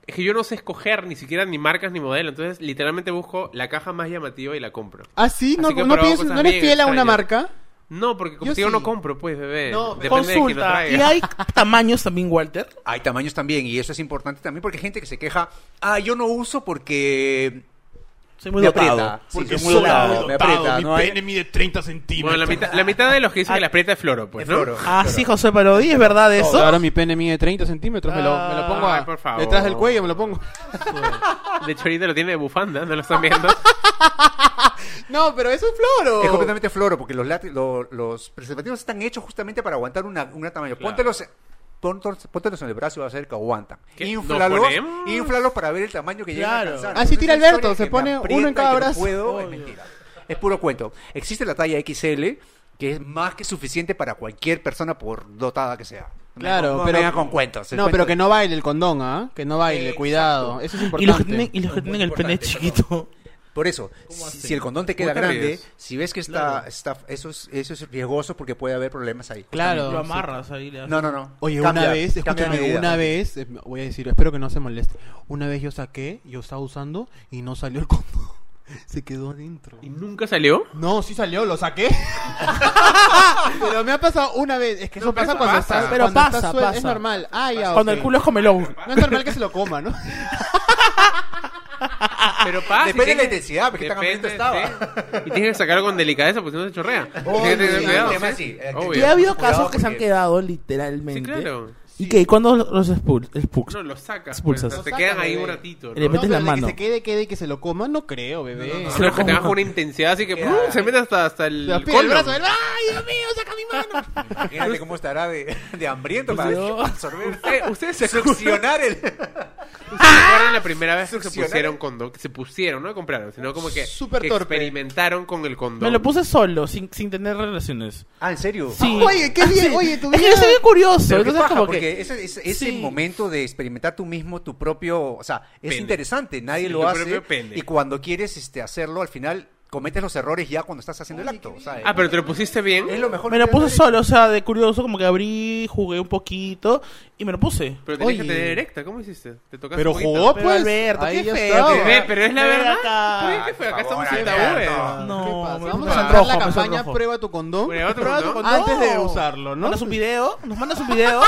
S1: es que yo no sé escoger ni siquiera ni marcas ni modelo. Entonces, literalmente busco la caja más llamativa y la compro.
S2: ¿Ah, sí? ¿No,
S1: Así que
S2: no
S1: probamos
S2: piensas-
S1: cosas
S2: no eres
S1: bien
S2: fiel a una
S1: extrañas.
S2: marca?
S1: No, porque como
S2: Yo
S1: te digo,
S2: sí.
S1: no compro, pues, bebé.
S2: No,
S1: Depende de quién lo
S3: Consulta.
S1: traiga.
S3: Y hay tamaños también, Walter.
S5: Hay tamaños también, y eso es importante también porque hay gente que se queja, ah, yo no uso porque
S3: Soy muy
S5: me
S3: dotado.
S5: aprieta. Sí,
S3: Porque
S5: soy muy
S3: soy
S5: dotado,
S3: muy
S5: me aprieta.
S6: mi
S5: ¿no? Hay-
S6: pene mide 30 centímetros.
S1: Bueno, la mitad, la mitad de los que dicen que la aprieta es floro, pues,
S5: Es
S1: ¿no?
S5: floro.
S3: Ah, sí, José Parodi, ¿es verdad eso?
S2: Ahora mi pene mide 30 centímetros. Me lo, me lo pongo a-
S1: Ay, por favor.
S2: detrás del cuello, me lo pongo.
S1: De hecho, ahorita lo tiene de bufanda, no lo están viendo.
S2: No, pero eso es floro.
S5: Es completamente floro porque los, lati- lo- los preservativos están hechos justamente para aguantar una, una tamaño. Póntelos, póntelos- póntelos en el brazo y vas a ver que aguantan.
S1: ¿Qué? ¿Nos
S5: Inflalos,
S1: ponemos?
S5: inflalos para ver el tamaño que llegan a
S3: Claro.
S5: alcanzar.
S2: Así
S5: Entonces,
S2: Ah, tira
S5: esa
S2: Alberto,
S5: historia
S2: se
S5: que me
S2: pone uno en
S5: aprieta
S2: cada
S5: y que no
S2: brazo.
S5: puedo, es mentira. Es puro cuento. Existe la talla XL que es más que suficiente para cualquier persona por dotada que sea. No me-
S2: Claro,
S5: no me
S2: pero-
S5: vengan con cuentos. El
S2: No, pero
S5: cuento-
S2: que no baile el condón, ¿ah? Que no baile,
S5: Exacto.
S2: cuidado. Eso es
S3: Y los que
S2: importante.
S3: tienen, y los que tienen el pene
S5: importante,
S3: chiquito.
S5: Por eso, si, si el condón te queda
S1: te
S5: grande,
S1: ríes?
S5: si ves que está,
S3: Claro.
S5: está eso es eso es riesgoso porque puede haber problemas ahí.
S2: Claro.
S3: Lo amarras ahí. le haces-
S5: No, no, no.
S2: Oye,
S5: Cambia,
S2: una vez,
S5: cambia de
S2: escúchame,
S5: medida.
S2: una vez, eh, voy a decir, espero que no se moleste. Una vez yo saqué, yo estaba usando y no salió el condón. Se quedó adentro.
S1: ¿Y nunca salió?
S2: No, sí salió, lo saqué. pero me ha pasado una vez. Es que eso
S1: pero
S2: pasa
S1: eso
S2: cuando
S1: pasa.
S2: estás.
S3: Pero
S2: cuando
S3: pasa,
S2: estás suel- Es
S3: pasa.
S2: normal. Ah, ya,
S3: Cuando
S2: ok.
S3: el culo es comelón.
S2: No es normal que se lo coma, ¿no?
S1: Pero pasa. y
S5: Depende de la
S1: tienes-
S5: intensidad, porque tan
S1: depende,
S5: hambriento estaba.
S1: sí. Y tienes que sacarlo con delicadeza, porque si no se chorrea. Tienes que
S5: Oh, sí,
S1: tener
S5: sí,
S1: cuidado,
S5: el tema
S1: sí.
S5: sí, el-
S1: Obvio.
S3: Y ha habido
S5: Cuidado
S3: casos que se han
S5: porque-
S3: quedado
S1: Sí,
S3: literalmente.
S1: claro.
S3: ¿Y qué? ¿Cuándo los expul-
S1: No,
S3: expulsas?
S1: los sacas. Pues,
S3: Expulsas.
S1: o sea, te
S2: Los
S1: quedan
S2: sacas,
S5: eh.
S1: ahí un
S2: bebé.
S1: ratito.
S3: Le
S1: ¿no?
S3: metes la
S2: No, pero de
S3: mano.
S2: Que se quede, quede y que se lo coma, no creo, bebé.
S1: A menos
S2: Se
S1: que
S3: como-
S1: te baja una intensidad así que
S5: Queda-
S1: ¡pum! se mete hasta, hasta el,
S2: lo- el
S1: colon.
S2: brazo, el- ¡Ay, Dios mío, saca mi mano!
S5: Imagínate cómo estará de, de hambriento
S3: Pues
S5: para
S3: yo-
S5: absorber.
S1: Eh, ustedes se
S5: Succionar el.
S1: ¿Se acuerdan la primera vez que se
S5: Succionar.
S1: pusieron condón? Que se pusieron, no compraron, sino como que,
S2: Súper
S1: que
S2: torpe.
S1: experimentaron con el condón.
S3: Me lo puse solo, sin, sin tener relaciones.
S5: Ah, ¿en serio?
S3: Sí.
S2: Oye, qué bien, oye, tu
S3: Es que
S2: vida-
S3: yo soy bien curioso.
S5: Pero qué
S3: entonces,
S5: paja,
S3: como
S5: porque
S3: que.
S5: ese, ese- ese
S3: Sí.
S5: momento de experimentar tú mismo tu propio, o sea, es
S1: Pene.
S5: interesante, nadie
S1: Sí,
S5: lo
S1: tu
S5: hace
S1: propio pene.
S5: y cuando quieres este hacerlo al final cometes los errores ya cuando estás haciendo el acto, o sea,
S1: Ah, pero te lo pusiste bien.
S5: es lo mejor.
S3: Me
S5: que
S3: lo
S5: te
S3: puse
S5: hace.
S3: solo, o sea, de curioso, como que abrí, jugué un poquito y me lo puse.
S1: Pero tenías que
S2: Oye.
S1: tener erecta, ¿cómo hiciste? Te tocaste
S2: Pero
S1: un poquito.
S2: jugó,
S3: Pero
S2: pues.
S3: Alberto,
S2: ahí
S3: qué
S2: ya
S3: feo,
S2: estaba.
S3: qué
S1: Bebé, pero es la
S3: Ven
S1: verdad.
S3: acá.
S1: Pero ¿Qué fue? Acá
S5: Por
S1: estamos
S5: favor,
S1: ¿eh? sin
S5: Alberto.
S1: tabúes.
S3: No,
S2: ¿Qué pasa?
S3: me
S2: Vamos
S3: puse
S2: a entrar
S3: rojo,
S2: la
S3: me puse
S2: campaña
S3: rojo.
S2: Prueba tu condón.
S1: Prueba tu
S3: Prueba tu
S1: condón.
S3: condón.
S2: Antes de usarlo, ¿no?
S3: Mandas un video, nos mandas un video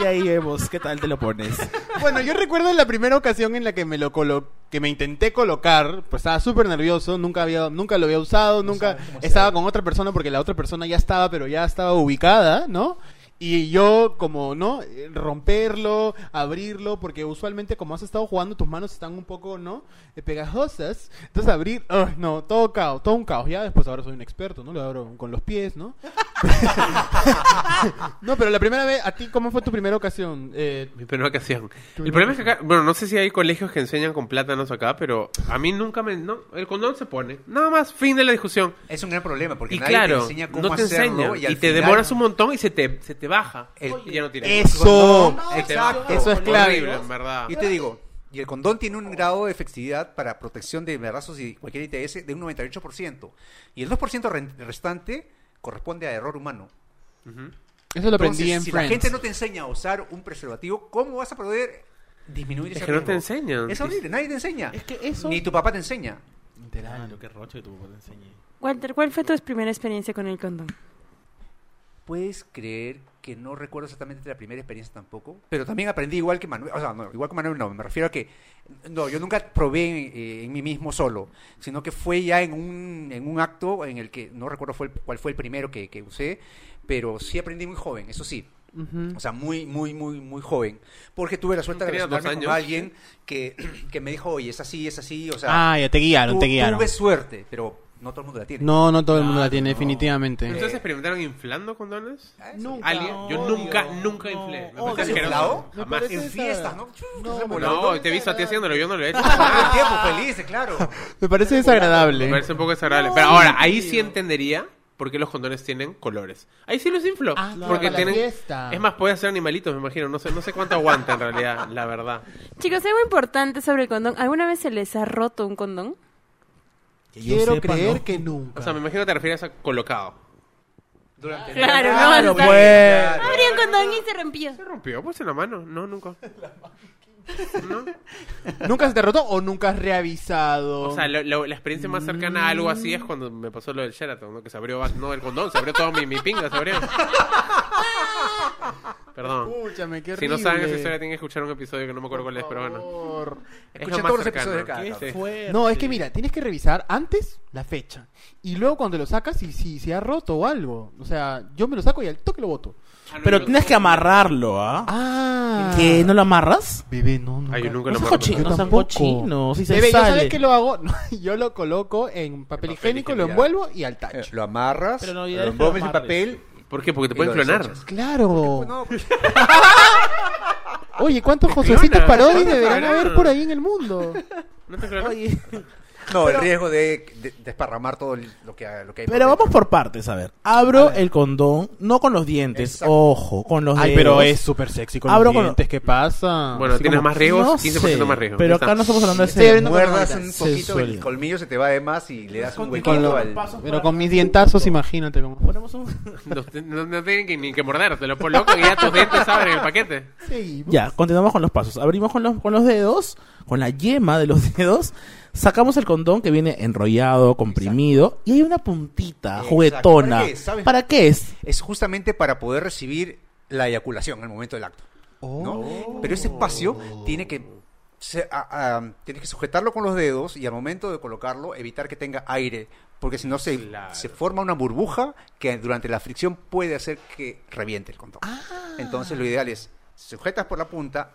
S3: y ahí vemos qué tal te lo pones.
S2: Bueno, yo recuerdo la primera ocasión en la que me lo colo- que me intenté colocar, pues estaba súper nervioso, nunca había, nunca lo había usado, nunca estaba con otra persona porque la otra persona ya estaba, pero ya estaba ubicada, ¿no? Y yo como, ¿no? Eh, Romperlo, abrirlo, porque usualmente como has estado jugando, tus manos están un poco, ¿no? Eh, Pegajosas. Entonces abrir, ¡ay, no, todo caos, todo un caos. Ya después ahora soy un experto, ¿no? Lo abro con los pies, ¿no? no, pero la primera vez, ¿a ti cómo fue tu primera ocasión? Eh,
S1: Mi primera ocasión. El problema es que acá, bueno, no sé si hay colegios que enseñan con plátanos acá, pero a mí nunca me. No, el condón se pone. Nada más, fin de la discusión.
S5: Es un gran problema porque
S1: Y
S5: nadie te
S1: claro,
S5: enseña cómo
S1: no te
S5: hacerlo
S1: enseña.
S5: y, al
S1: Y, te
S5: final-
S1: demoras un montón y se te, se te baja.
S5: El-
S1: y ya no tiras.
S2: Eso.
S5: No,
S1: Se te
S5: exacto.
S1: baja.
S2: Eso es clave.
S1: Horrible, en verdad.
S5: Y te digo, y el condón tiene un grado de efectividad para protección de embarazos y cualquier ITS de un 98%. Y el 2% ren- restante corresponde a error humano.
S2: Eso lo aprendí
S5: Entonces,
S2: en
S5: si
S2: Friends.
S5: la gente no te enseña a usar un preservativo, ¿cómo vas a poder disminuir
S1: Es
S5: ese
S1: que no te
S5: riesgo?
S1: enseñan.
S5: Es horrible, nadie te enseña.
S3: Es que eso.
S5: Ni tu papá te enseña.
S3: Literal, qué roche que tu papá te enseñé.
S4: Walter, ¿cuál fue tu primera experiencia con el condón?
S5: Puedes creer que no recuerdo exactamente la primera experiencia tampoco, pero también aprendí igual que Manuel, o sea, no, igual que Manuel no, me refiero a que no, yo nunca probé en, eh, en mí mismo solo, sino que fue ya en un, en un acto en el que no recuerdo fue el- cuál fue el primero que, que usé, pero sí aprendí muy joven, eso sí. O sea, muy, muy, muy, muy joven. Porque tuve la suerte de
S1: Tenía dos
S5: relacionarme con
S1: años.
S5: alguien que, que me dijo, oye, es así, es así. O sea,
S2: Ah, ya te guiaron,
S5: tu-
S2: te guiaron.
S5: tuve suerte, pero no todo el mundo la tiene.
S2: No, Ah, no todo el mundo la
S3: Claro,
S2: tiene,
S3: no.
S2: definitivamente.
S1: ¿Ustedes experimentaron inflando condones?
S5: Ah, eso-
S2: Nunca.
S1: ¿Alguien? Yo
S3: odio,
S1: nunca, nunca
S3: no,
S1: inflé. Me
S3: odio.
S1: parece asqueroso.
S5: ¿Inflado?
S2: Me
S1: Jamás.
S2: parece-
S5: En
S2: esa-
S5: fiestas, ¿no?
S2: No,
S5: Se
S2: me
S5: volaron.
S1: No, te he visto a ti haciéndolo, yo no lo he hecho.
S5: Todo el tiempo felices, claro.
S2: Me parece
S1: Me
S2: desagradable.
S1: parece un poco desagradable. Pero ahora, ahí sí entendería por qué los condones tienen colores. Ahí sí los inflo.
S2: Ah, claro,
S1: porque
S2: para la
S1: tienen...
S2: fiesta.
S1: Es más, puede hacer animalitos, me imagino. No sé, no sé cuánto aguanta en realidad, la verdad.
S4: Chicos, algo importante sobre el condón. ¿Alguna vez se les ha roto un condón?
S3: Que yo
S2: Quiero
S3: sepa,
S2: creer
S3: ¿no?
S2: que nunca.
S1: O sea, me imagino que te refieres a colocado.
S5: Durante el
S4: Claro,
S5: día.
S4: no, Claro,
S3: pues.
S4: Abrió un condón y se rompió.
S1: Se rompió, pues en la mano. No, nunca. ¿no?
S2: ¿Nunca se te ha roto o nunca has reavisado?
S1: O sea, lo- lo- la experiencia más cercana a algo así es cuando me pasó lo del Sheraton, ¿no? Que se abrió, no, el condón, se abrió todo mi, mi pinga, se abrió. Perdón.
S2: Escúchame,
S1: Si
S2: qué horrible.
S1: no saben esa historia, tienen que escuchar un episodio que no me acuerdo cuál es, pero bueno.
S2: Por favor.
S1: Es
S5: Escuchen
S1: lo más
S5: todos los
S1: cercano.
S5: episodios de cada
S1: Sí.
S5: capítulo.
S2: No, es que mira, tienes que revisar antes la fecha. Y luego cuando lo sacas, si si se ha roto o algo. O sea, yo me lo saco y al toque lo boto.
S3: Pero tienes que amarrarlo, ¿ah?
S2: Ah.
S3: ¿Qué? ¿No lo amarras?
S2: Bebé, no, nunca.
S1: Ay, yo nunca
S3: No
S1: lo
S3: seas
S1: marco.
S2: Yo
S3: cochino, no seas
S2: tampoco.
S3: cochino. Si se
S2: Bebé, ¿yo
S3: sale.
S2: sabes que lo hago? yo lo coloco en papel,
S5: En papel
S2: higiénico, lo
S5: higiénico, ya.
S2: envuelvo y al
S5: Eh,
S2: tacho.
S5: Lo amarras,
S3: Pero no,
S5: lo
S3: ya deja
S5: envuelves en
S3: amarres.
S5: papel.
S1: ¿Por qué? Porque te
S5: Y
S1: pueden
S5: lo
S1: clonar.
S5: desechas.
S2: Claro.
S5: No, pues,
S2: Oye, ¿cuántos
S1: Te
S2: Josecitos
S1: pues, clonan,
S2: Parodi
S1: te
S2: deberán
S1: clonan.
S2: haber por ahí en el mundo?
S1: ¿No te clonan?
S5: no, el riesgo de, de- desparramar todo el- lo que, ha- lo que hay.
S3: Pero
S5: por
S3: vamos
S5: dentro.
S3: por partes, a ver. Abro el condón, no con los dientes,
S5: Exacto.
S3: ojo, con los
S2: Ay,
S3: dedos.
S2: pero es súper sexy con
S3: Abro
S2: los
S3: con-
S2: dientes, ¿qué pasa?
S1: Bueno,
S3: Así
S1: tienes
S3: como-
S1: más riesgos,
S3: no
S1: 15%
S3: sé,
S1: más riesgos.
S3: Pero
S1: Ya está.
S3: acá no estamos hablando de
S2: Estoy abriendo con-
S5: Muerdas un
S3: Se
S5: poquito, el
S3: suele.
S5: colmillo se te va de más y le das un huequito
S2: Con lo-
S5: al...
S2: Pero con mis dientazos, imagínate cómo.
S3: Ponemos un-
S1: No, te- no- no tienen que, ni que morder, te lo colocan y ya tus dientes abren el paquete.
S2: Seguimos.
S3: Ya, continuamos con los pasos. Abrimos con los, con los dedos, con la yema de los dedos, sacamos el condón que viene enrollado, comprimido, y hay una puntita
S5: Exacto.
S3: juguetona.
S5: ¿Para qué? ¿Sabes?
S3: ¿Para qué es?
S5: Es justamente para poder recibir la eyaculación en el momento del acto. ¿no? Pero ese espacio tiene que... se- a- a- tienes que sujetarlo con los dedos y al momento de colocarlo evitar que tenga aire porque si no se, se forma una burbuja que durante la fricción puede hacer que reviente el condón. Entonces lo ideal es sujetas por la punta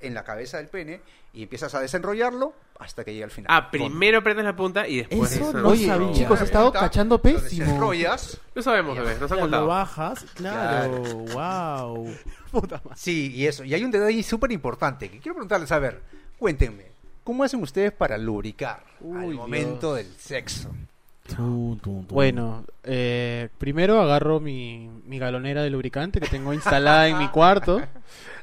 S5: en la cabeza del pene y empiezas a desenrollarlo hasta que llegue al final.
S1: Ah, primero prendes la punta y después.
S3: Eso
S1: esa-
S3: no
S2: Oye,
S3: sabía.
S2: chicos, he estado
S5: Punta,
S2: cachando
S5: lo
S2: pésimo.
S5: desenrollas
S1: Lo sabemos, bebé, nos han
S3: Ya, lo
S1: contado.
S3: bajas, claro, wow.
S5: Sí, y eso. Y hay un detalle súper importante que quiero preguntarles, a ver, cuéntenme, ¿cómo hacen ustedes para lubricar al momento del sexo?
S3: Tum, tum, tum.
S2: Bueno, eh, primero agarro mi, mi galonera de lubricante que tengo instalada en mi cuarto.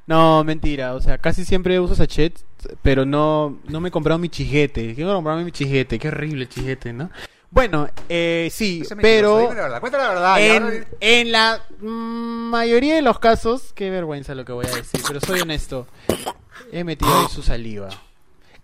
S2: No, mentira, o sea, casi siempre uso sachet, pero no, no me he comprado mi chijete. Quiero comprarme mi chijete, qué horrible el chijete, ¿no? Bueno, eh, sí,
S5: Eso es mentiroso,
S2: pero
S5: dime la verdad, cuéntame la verdad.
S3: Ah,
S5: y
S2: en,
S5: ahora-
S2: en la mm, mayoría de los casos, qué vergüenza lo que voy a decir, pero soy honesto, he metido ahí su saliva.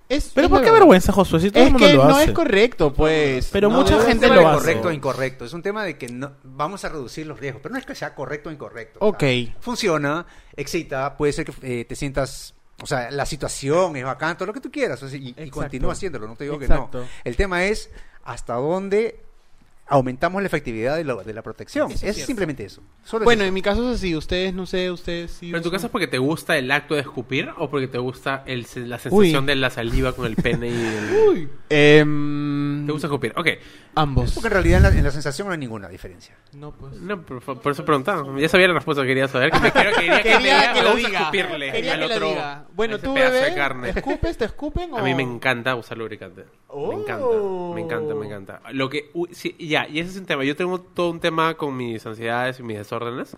S2: Es-
S3: Pero
S2: es
S3: ¿por
S2: la
S3: qué
S2: verdad.
S3: vergüenza, Josué? Si todo
S2: Es
S3: el mundo
S2: que
S3: lo
S2: no
S3: hace.
S2: es correcto, pues.
S3: Pero
S2: No,
S3: mucha
S2: no es
S3: gente
S5: es un
S3: lo
S5: tema de
S3: hace.
S5: correcto o incorrecto. Es un tema de que no, vamos a reducir los riesgos, pero no es que sea correcto o incorrecto.
S2: Ok.
S5: sea, funciona, excita, puede ser que eh, te sientas... O sea, la situación es bacán, todo lo que tú quieras. o sea, y, y
S2: Exacto.
S5: continúa haciéndolo, no te digo que
S2: Exacto.
S5: no. El tema es hasta dónde aumentamos la efectividad de, lo- de la protección. es simplemente eso. Solo es
S2: Bueno,
S5: eso.
S2: en mi caso es así. Ustedes, no sé, ustedes sí.
S1: ¿Pero en tu
S2: usan-
S1: caso es porque te gusta el acto de escupir o porque te gusta el, se- la sensación
S2: Uy.
S1: de la saliva con el pene y el...
S2: Em,
S1: Te gusta escupir, ok.
S2: Ambos.
S5: Porque en realidad en la, en la sensación no hay ninguna diferencia.
S2: No, pues.
S1: No, por, fa- por eso preguntaba. Ya sabía la respuesta que quería saber. Que me, quiero- quería, que me diga, me gusta escupirle
S2: Quería
S1: al
S2: que lo
S1: otro,
S2: diga.
S1: a
S2: Bueno,
S1: ese
S2: tú,
S1: pedazo
S2: bebé,
S1: de carne.
S2: ¿escupes, te escupen o...?
S1: A mí me encanta usar lubricante. Me encanta, me encanta, me encanta. Lo que, uy, sí, ya, y ese es un tema. Yo tengo todo un tema con mis ansiedades y mis desórdenes.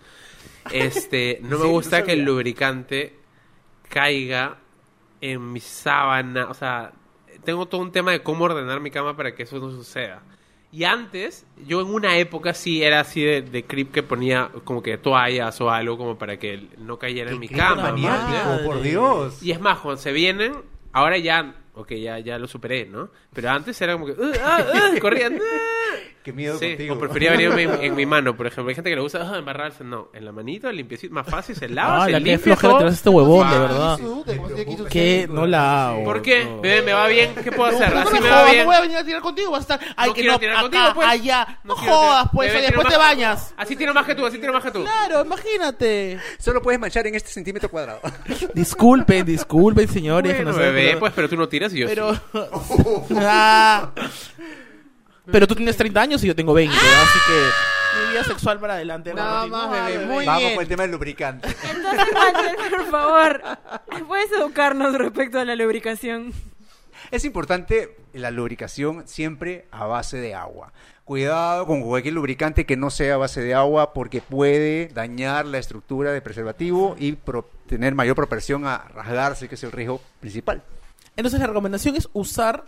S1: Este, no me gusta que el lubricante caiga en mi sábana. O sea, tengo todo un tema de cómo ordenar mi cama para que eso no suceda. Y antes, yo en una época sí era así de, de creep que ponía como que toallas o algo como para que no cayera en mi cama. ¿me entiendes?
S5: Maniático, por Dios.
S1: Y es más, cuando se vienen, ahora ya, ok, ya, ya lo superé, ¿no? Pero antes era como que, "Uh, ah, ah", corrían. "Ah".
S5: Qué miedo
S1: Sí,
S5: contigo.
S1: o prefería venirme en, en mi mano, por ejemplo. Hay gente que le gusta ah, embarrarse. No, en la manito, limpiecito, más fácil, se lava,
S3: Ah,
S1: se
S3: la que
S1: limpia
S3: flojera
S1: todo.
S3: te vas a este huevón, de
S1: Ah,
S3: verdad. Que no la hago.
S1: ¿Por qué? Bebé, me va bien, ¿qué puedo hacer?
S3: No, no
S1: Así
S3: me
S1: me va
S3: jodas, no
S1: bien.
S3: voy a venir a tirar contigo, vas a estar. Ay,
S1: No
S3: que
S1: quiero
S3: no,
S1: tirar
S3: acá,
S1: contigo, pues.
S3: allá. No,
S1: quiero
S3: jodas,
S1: tirar-
S3: pues,
S1: Bebé,
S3: y
S1: tiro
S3: después te
S1: más-
S3: bañas.
S1: Así tiro más que tú, así tiro más que tú.
S3: Claro, imagínate.
S5: Solo puedes manchar en este centímetro cuadrado.
S3: Disculpen, disculpen, señores. que
S1: Bueno,
S3: nos-
S1: bebé, pues, pero tú no tiras y yo
S3: Pero.
S1: sí.
S3: Ah. Pero tú tienes 30 años y yo tengo 20, así que. Mi vida sexual para adelante.
S2: Nada
S3: hermano,
S2: más, bebé,
S3: continúa,
S2: muy
S5: Vamos
S2: bien.
S5: con el tema del lubricante.
S4: Entonces, Walter, por favor, ¿puedes educarnos respecto a la lubricación?
S5: Es importante la lubricación siempre a base de agua. Cuidado con cualquier lubricante que no sea a base de agua porque puede dañar la estructura del preservativo y pro- tener mayor propensión a rasgarse, que es el riesgo principal.
S3: Entonces la recomendación es usar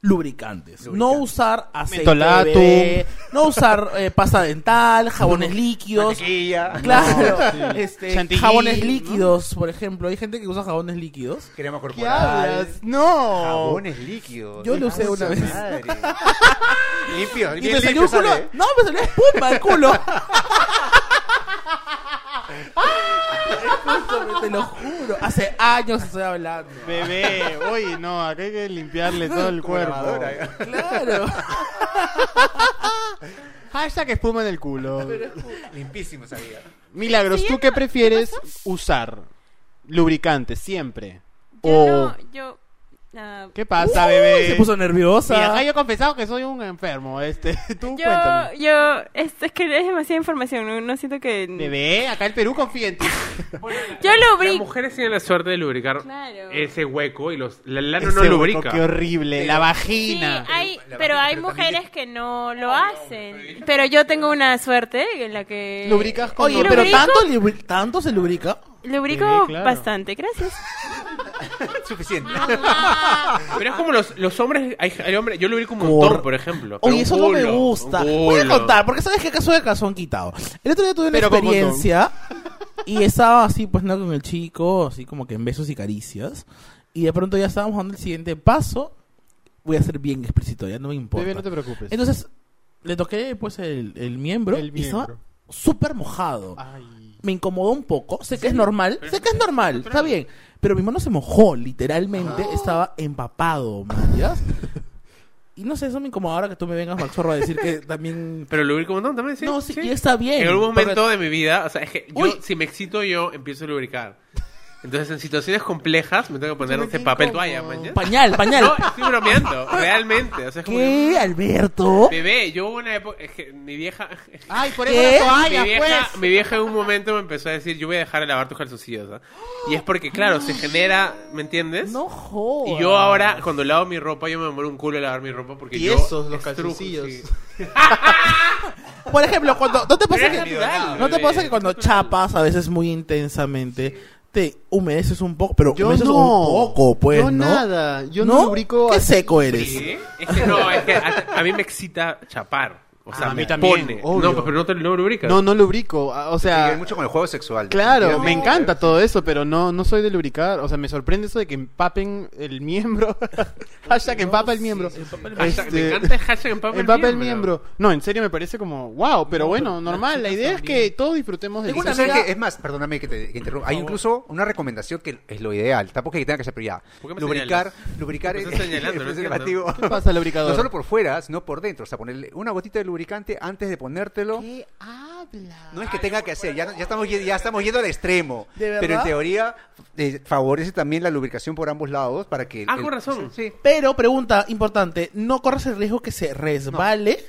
S3: lubricantes. No
S1: Lubricantes.
S3: usar aceite
S2: Mentolatum.
S3: de bebé, no usar eh, pasta dental, jabones líquidos.
S5: Mantequilla.
S3: Claro, este,
S2: Chantilly,
S3: jabones
S2: ¿no?
S3: líquidos, por ejemplo. Hay gente que usa jabones líquidos.
S5: Crema
S2: ¿Qué
S5: corporal.
S2: hablas? No.
S5: Jabones líquidos.
S3: Yo lo usé
S5: Ah,
S3: una
S5: su
S3: vez.
S5: madre. limpio,
S3: Y
S5: bien
S3: me salió
S5: limpio
S3: un culo.
S5: sale. ¿eh?
S3: No, me salió espuma el culo. Escúchame, Te lo juro, hace años estoy hablando.
S2: Bebé, oye, no, acá hay que limpiarle todo el
S5: Como
S2: cuerpo.
S5: lavadora, ya.
S3: Claro.
S2: Hashtag Ah, espuma en el culo.
S5: Limpísimo sabía.
S2: Milagros, ¿tú qué prefieres usar? Lubricante, siempre.
S4: Yo
S2: o...
S4: no, yo... ah,
S2: ¿Qué pasa,
S3: Uy,
S2: bebé?
S3: Uh, se puso nerviosa.
S2: Mira, acá yo he confesado que soy un enfermo. Este, tú
S4: yo,
S2: cuéntame.
S4: yo, esto es que es demasiada información, no, no siento que...
S2: Bebé, acá el Perú confía en ti.
S4: Yo
S1: Las
S4: lubrico.
S1: mujeres tienen la suerte de lubricar
S4: Claro.
S1: ese hueco y los, la lana
S2: Ese
S1: no
S2: hueco,
S1: lubrica.
S2: Qué horrible, la
S4: Sí,
S2: vagina.
S4: hay,
S5: La
S4: pero
S5: vagina,
S4: hay
S5: pero
S4: mujeres
S5: también-
S4: que no lo hacen. Pero yo tengo una suerte en la que...
S2: Lubricas con
S3: Oye,
S2: Oye,
S3: pero
S4: ¿Lubrico?
S3: tanto, libri- tanto se lubrica.
S4: Lubrico
S2: Sí, claro.
S4: bastante, gracias.
S5: Suficiente.
S1: Pero es como los, los hombres, hay, hay hombres, yo lubrico un
S3: Cor-
S1: montón, por ejemplo. pero
S3: Oye,
S1: un
S3: eso no me
S1: culo,
S3: gusta.
S1: un
S3: Voy a
S1: culo.
S3: contar, porque sabes que caso de calzón quitado. El otro día tuve una
S2: Pero con
S3: experiencia y estaba así, pues no con el chico, así como que en besos y caricias. Y de pronto ya estábamos dando el siguiente paso. Voy a ser bien explícito, ya no me importa.
S2: Bebé, no te preocupes.
S3: Entonces, le toqué pues el, el miembro
S2: El
S3: y estaba
S2: miembro. Ah.
S3: súper mojado.
S2: Ay.
S3: Me incomodó un poco, sé que es normal, sé que es normal, está bien. Pero mi mano se mojó, literalmente,
S2: Ah.
S3: estaba empapado, ¿mayas? Y no sé, eso me incomoda ahora que tú me vengas, Maxorro, a decir que también...
S1: Pero lubrico un montón también, sí.
S3: no, sí, y está bien.
S1: En algún momento
S3: porque-
S1: de mi vida, o sea, es que yo,
S3: Uy.
S1: si me excito yo, empiezo a lubricar. Entonces, en situaciones complejas, me tengo que poner ese papel toalla, mañana.
S3: Pañal, pañal.
S1: No, estoy bromeando, realmente. O sea, es como
S3: ¿Qué, Alberto?
S1: que- bebé, yo hubo una época, es que mi vieja,
S2: Ay, por
S3: ¿Qué?
S2: eso las
S1: mi
S2: toallas,
S1: vieja,
S2: pues.
S1: mi vieja en un momento me empezó a decir, yo voy a dejar de lavar tus calzoncillos, ¿ah? Y es porque, claro, se genera, ¿me entiendes?
S2: pues.
S3: No jodas.
S1: Y yo ahora, cuando lavo mi ropa, yo me demoro un culo en lavar mi ropa porque yo...
S2: Tiesos los
S1: estrujo,
S2: calzoncillos.
S1: sí.
S3: Por ejemplo, cuando... ¿No te pasa
S1: Pero
S3: que,
S1: es natural,
S3: ¿no te
S1: bebé,
S3: pasa que
S1: es
S3: cuando
S1: natural.
S3: chapas a veces muy intensamente te humedeces un poco? Pero
S2: Yo
S3: humedeces
S2: no.
S3: un poco, pues,
S2: yo
S3: ¿no?
S2: nada. Yo no, lubrico.
S3: ¿Qué
S2: así.
S3: seco eres?
S1: ¿Sí? Es que no, es que a, a mí me excita chapar. O sea,
S2: Ah, a mí
S1: me
S2: también,
S1: pone.
S2: obvio.
S1: No, pero no te lo lubricas.
S2: No, no lubrico. ah, O
S5: Tiene que ver
S2: sea,
S5: mucho con el juego sexual.
S2: claro, me
S5: definitivamente.
S2: encanta todo eso, pero no, no soy de lubricar. O sea, me sorprende eso de que empapen el miembro. Hashtag empapa el miembro.
S1: Hashtag-
S2: Este-
S1: Me encanta el hashtag empapa,
S2: Empapa el miembro. No, en serio me parece como, wow, pero bueno, normal. La idea es que todos disfrutemos del
S5: Y tú
S2: sexo.
S5: sabes que, es más, perdóname que te que interrumpa. Hay incluso una recomendación que es lo ideal. Tampoco es que tenga que ser, pero ya.
S1: ¿Por qué me
S5: Lubricar, lubricar
S1: Me
S5: el,
S1: estás señalando,
S5: el
S1: no entiendo.
S5: preservativo.
S2: ¿Qué pasa,
S5: No
S2: lubricador?
S5: solo por fuera, sino por dentro. O sea, ponerle una gotita de lubricante antes de ponértelo.
S2: ¿Qué habla?
S5: No es que tenga que hacer, ya, ya, estamos, ye- ya estamos yendo al extremo.
S3: ¿De verdad?
S5: Pero en teoría eh, favorece también la lubricación por ambos lados para que...
S1: Ah,
S5: el-
S1: con razón.
S5: Sí.
S3: Pero, pregunta importante, ¿no corres el riesgo que se resbale?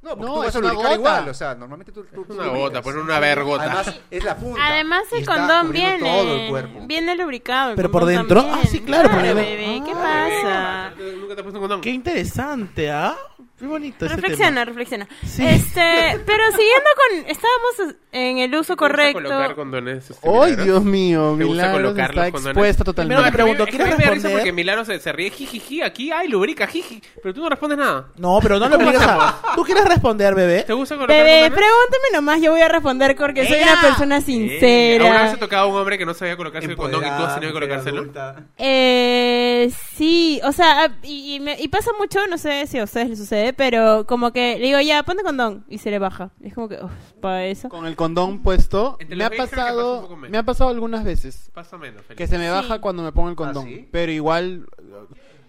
S5: No, porque
S2: No,
S5: tú
S2: es
S5: vas a
S2: una
S5: lubricar
S2: gota.
S5: igual. O sea, normalmente tú... tú- tú
S1: Una
S5: lubricas.
S1: gota, pon una vergota.
S5: Además, es la punta.
S4: Además
S5: Y
S4: el
S5: está
S4: condón
S5: cubriendo
S4: viene,
S5: todo el cuerpo.
S4: viene lubricado. el
S3: Pero por
S4: condón
S3: dentro,
S4: también.
S3: ah, sí, claro, por dentro.
S4: bebé, ¿qué
S1: Ah,
S4: pasa?
S1: Nunca te has puesto un condón.
S3: Qué interesante, ¿ah? Qué bonito ese
S4: Reflexiona, reflexiona.
S3: Sí.
S4: Este, pero siguiendo con, estábamos en el uso
S1: ¿Te gusta colocar
S4: correcto.
S1: condones? este,
S2: Ay,
S1: Milagros?
S2: Dios mío,
S1: ¿Te gusta
S2: Milagros
S1: colocar los
S2: está
S1: condones?
S2: expuesta
S1: No,
S3: Primero te
S2: totalmente.
S1: es que a mí-
S3: pregunto,
S1: es que
S3: ¿quieres
S1: a mí me da risa
S3: responder?
S1: Porque Milano se, se ríe, jijiji, aquí hay lubrica, jiji. Pero tú no respondes nada.
S3: tema. No, pero no lo obligas a... ¿Tú quieres responder, bebé?
S1: ¿Te gusta colocar
S4: Bebé,
S1: condones?
S4: pregúntame nomás, yo voy a responder porque soy
S3: Ella.
S4: una
S1: Eh,
S4: persona
S1: ¿Alguna vez
S4: sincera.
S1: se tocaba a un hombre que no sabía colocarse el condón y tú has
S5: Empoderada,
S1: tenido que
S5: mujer
S1: colocárselo?
S5: adulta.
S4: Eh, sí, o sea, ah, y, y me- y pasa mucho, no sé si a ustedes les sucede, pero como que le digo, ya, ponte condón, y se le baja. Es como que, uff, para eso.
S2: Con el condón puesto,
S1: Entre
S2: me
S1: los
S2: ha
S1: gays creo que pasa un poco
S2: pasado,
S1: menos.
S2: me ha pasado algunas veces
S1: Pasa menos, Felipe.
S2: que se me baja
S4: Sí.
S2: cuando me pongo el condón,
S5: ¿sí?
S2: pero igual,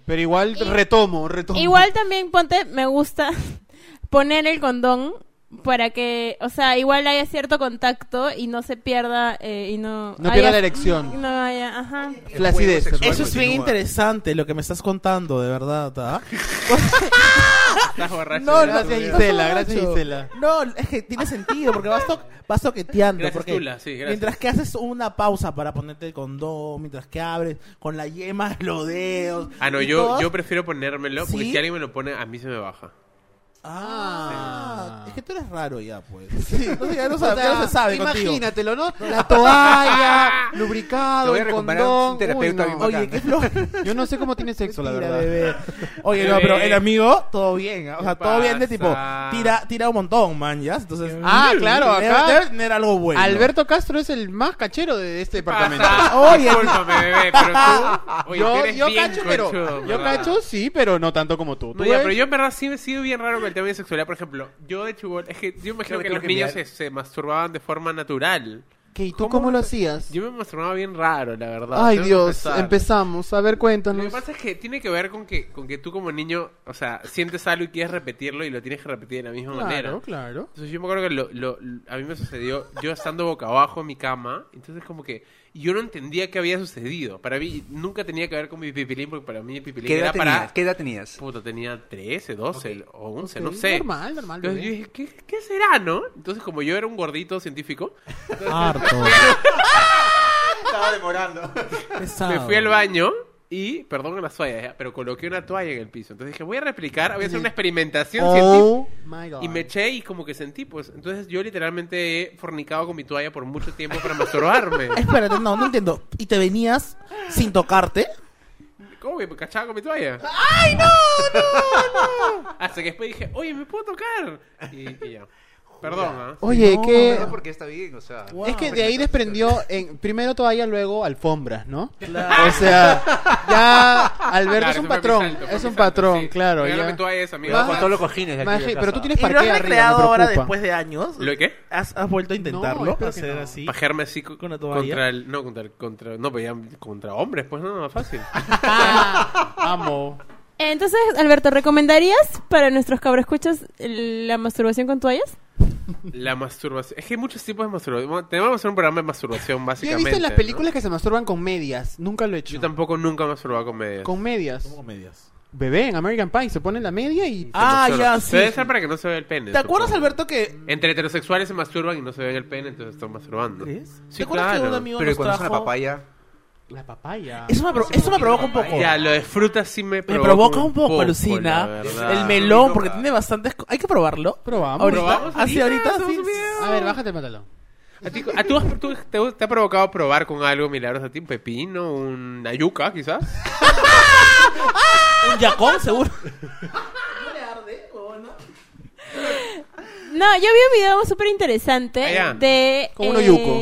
S2: pero igual
S4: Y-
S2: retomo, retomo.
S4: Igual también, ponte, me gusta poner el condón para que, o sea, igual haya cierto contacto y no se pierda, eh, y no...
S2: No pierda la erección.
S4: No haya, ajá.
S2: flacidez.
S5: juego sexual.
S3: Eso es bien
S5: Continúa.
S3: interesante lo que me estás contando, de verdad, ¿ah?
S1: Estás borracho.
S3: No,
S1: ¿verdad?
S2: gracias,
S3: no,
S2: Gisela,
S3: no,
S2: gracias,
S3: macho.
S2: Gisela.
S3: No, es que tiene sentido, porque vas, to- vas toqueteando.
S1: Gracias,
S3: porque
S1: Tula, sí, gracias.
S3: Mientras que haces una pausa para ponerte el condón, mientras que abres con la yema de los dedos.
S1: Ah, no,
S3: y
S1: yo,
S3: todo.
S1: yo prefiero ponérmelo porque
S3: ¿Sí?
S1: si alguien me lo pone, a mí se me baja.
S3: Ah, es que tú eres raro ya, pues. Entonces ya no, se- ya no se sabe contigo.
S2: Imagínatelo, ¿no? La toalla,
S5: Te
S2: lubricado,
S5: voy a
S2: el
S5: recomponer a
S2: condón.
S5: un
S2: Uy,
S5: terapeuta bien
S2: no.
S5: bacán. ¿eh?
S3: Oye, qué flor.
S2: Yo no sé cómo tiene sexo, la
S3: Mentira,
S2: verdad.
S3: bebé. Oye, no,
S1: Bebé.
S3: pero el amigo, todo bien. O sea,
S1: ¿Qué
S3: todo bien de
S1: pasa?
S3: tipo, tira, tira un montón, man, ¿ya? Entonces,
S2: Ah, claro,
S3: debe-
S2: acá-
S3: Debe tener algo bueno.
S2: Alberto Castro es el más cachero de este departamento.
S1: Oye, Ah, discúlpame, bebé, pero tú. Oye, tú
S2: yo
S1: eres
S2: yo
S1: bien
S2: cacho, pero.
S1: conchudo,
S2: yo
S1: ¿verdad?
S2: cacho, pues. sí, pero no tanto como tú. Tú
S1: No, ya,
S2: ves-
S1: pero yo en verdad sí he sido bien raro con el tema de sexualidad. Por ejemplo, yo de chubol, es que yo imagino
S5: Creo que
S1: que
S5: tengo
S1: los
S5: que
S1: niños se,
S5: enviar.
S1: se masturbaban de forma natural.
S2: ¿Qué, ¿Y tú cómo,
S1: ¿Cómo
S2: lo
S1: no sé?
S2: hacías?
S1: Yo me masturbaba bien raro, la verdad.
S2: Ay,
S1: Tengo que
S2: Dios,
S1: confesar.
S2: empezamos. A ver,
S1: Lo que
S2: cuéntanos.
S1: pasa es que tiene que ver con que, con que tú como niño, o sea, sientes algo y quieres repetirlo y lo tienes que repetir de la misma manera.
S2: Claro, claro.
S1: Entonces yo me acuerdo que lo- lo- lo- a mí me sucedió, yo estando boca abajo en mi cama, entonces como que yo no entendía qué había sucedido. Para mí nunca tenía que ver con mi pipilín, porque para mí el pipilín
S5: ¿Qué
S1: era
S5: edad,
S1: para...
S5: tenías? ¿Qué edad tenías?
S1: Puta, tenía 13, 12 o 11,
S2: Ok,
S1: no sé.
S2: Normal, normal.
S1: Entonces yo
S2: bebé.
S1: dije, ¿qué, qué será, no? Entonces como yo era un gordito científico,
S3: Harto.
S5: Estaba demorando.
S1: me fui al baño y, perdón con las toallas, ya, pero coloqué una toalla en el piso. Entonces dije, voy a replicar, voy a hacer una experimentación científica.
S2: Oh my god.
S1: Y me eché y como que sentí, pues. Entonces yo literalmente he fornicado con mi toalla por mucho tiempo para masturbarme.
S3: Espérate, no, no entiendo. ¿Y te venías sin tocarte?
S1: ¿Cómo que me cachaba con mi toalla? ¡Ay, no! No, no. Hasta que después dije, oye, ¿me puedo tocar? Y, y ya. Perdón, ¿ah?
S2: Oye,
S3: No,
S2: que.
S5: No, porque está bien, o sea.
S2: Es que de ahí desprendió en, primero toalla, luego alfombras, ¿no? O sea, ya Alberto
S1: Claro, ese
S2: es un
S1: fue mi
S2: patrón,
S1: salto, fue
S2: es
S1: mi
S2: un
S1: salto,
S2: patrón,
S1: sí.
S2: claro.
S1: Regálame
S2: ya.
S1: toallas, amigo.
S2: Vas-
S5: Con todos los cojines de aquí
S2: Imagina-
S5: de
S2: pero
S5: casa.
S2: tú tienes
S3: ¿Y lo
S2: parqué
S3: has
S2: arriba,
S3: recreado
S2: me
S3: ahora
S2: preocupa.
S3: después de años?
S1: ¿Lo de qué?
S3: ¿Has, has vuelto a intentarlo?
S2: espero que
S3: hacer
S2: no.
S3: así.
S1: Pajearme así co-
S3: ¿Con una toalla?
S1: contra el... No, contra, el- contra, no, pero ya contra hombres, pues no, más fácil.
S2: Ah. Amo.
S4: Entonces, Alberto, ¿recomendarías para nuestros cabroescuchas el- la masturbación con toallas?
S1: La masturbación. Es que hay muchos tipos de masturbación. Bueno, Tenemos que hacer un programa de masturbación,
S2: Yo he
S1: básicamente.
S2: visto en las
S1: ¿no?
S2: películas que se masturban con medias, nunca lo he hecho.
S1: Yo tampoco nunca me he masturbado con medias.
S2: Con medias.
S3: ¿Cómo medias?
S2: Bebé, en American Pie se pone la media y...
S3: Ah,
S1: Solo-
S3: ya, sí.
S1: Debe ser para que no se vea el pene.
S3: ¿Te acuerdas,
S1: supongo.
S3: Alberto, que...
S1: Entre heterosexuales se masturban y no se ven el pene, entonces están masturbando.
S3: ¿Crees?
S1: Sí,
S3: ¿Te acuerdas que
S1: claro.
S3: un amigo
S5: Pero
S3: nos
S5: cuando es
S3: trajo-
S5: una papaya.
S2: La papaya.
S3: Eso me, pro- eso me provoca un poco.
S1: Ya, lo de frutas sí me
S3: Me
S1: provoca,
S3: provoca un poco,
S1: la
S3: alucina.
S1: verdad.
S3: El melón,
S5: Loca.
S3: porque tiene bastantes... co- Hay que probarlo.
S2: Probamos.
S3: Ahorita.
S1: ¿Probamos
S3: Así
S1: ahorita?
S3: ahorita,
S1: ¿Hacemos
S3: sí.
S1: un video?
S2: A ver, bájate el pantalón.
S1: ¿A ti- a tú, has- tú- te, te ha provocado probar con algo milagros a ti? ¿Un pepino? ¿Una yuca, quizás?
S3: Un yacón, seguro.
S4: No, yo vi un video súper interesante
S1: Ah, ya.
S4: de... eh,
S2: Con uno yuco.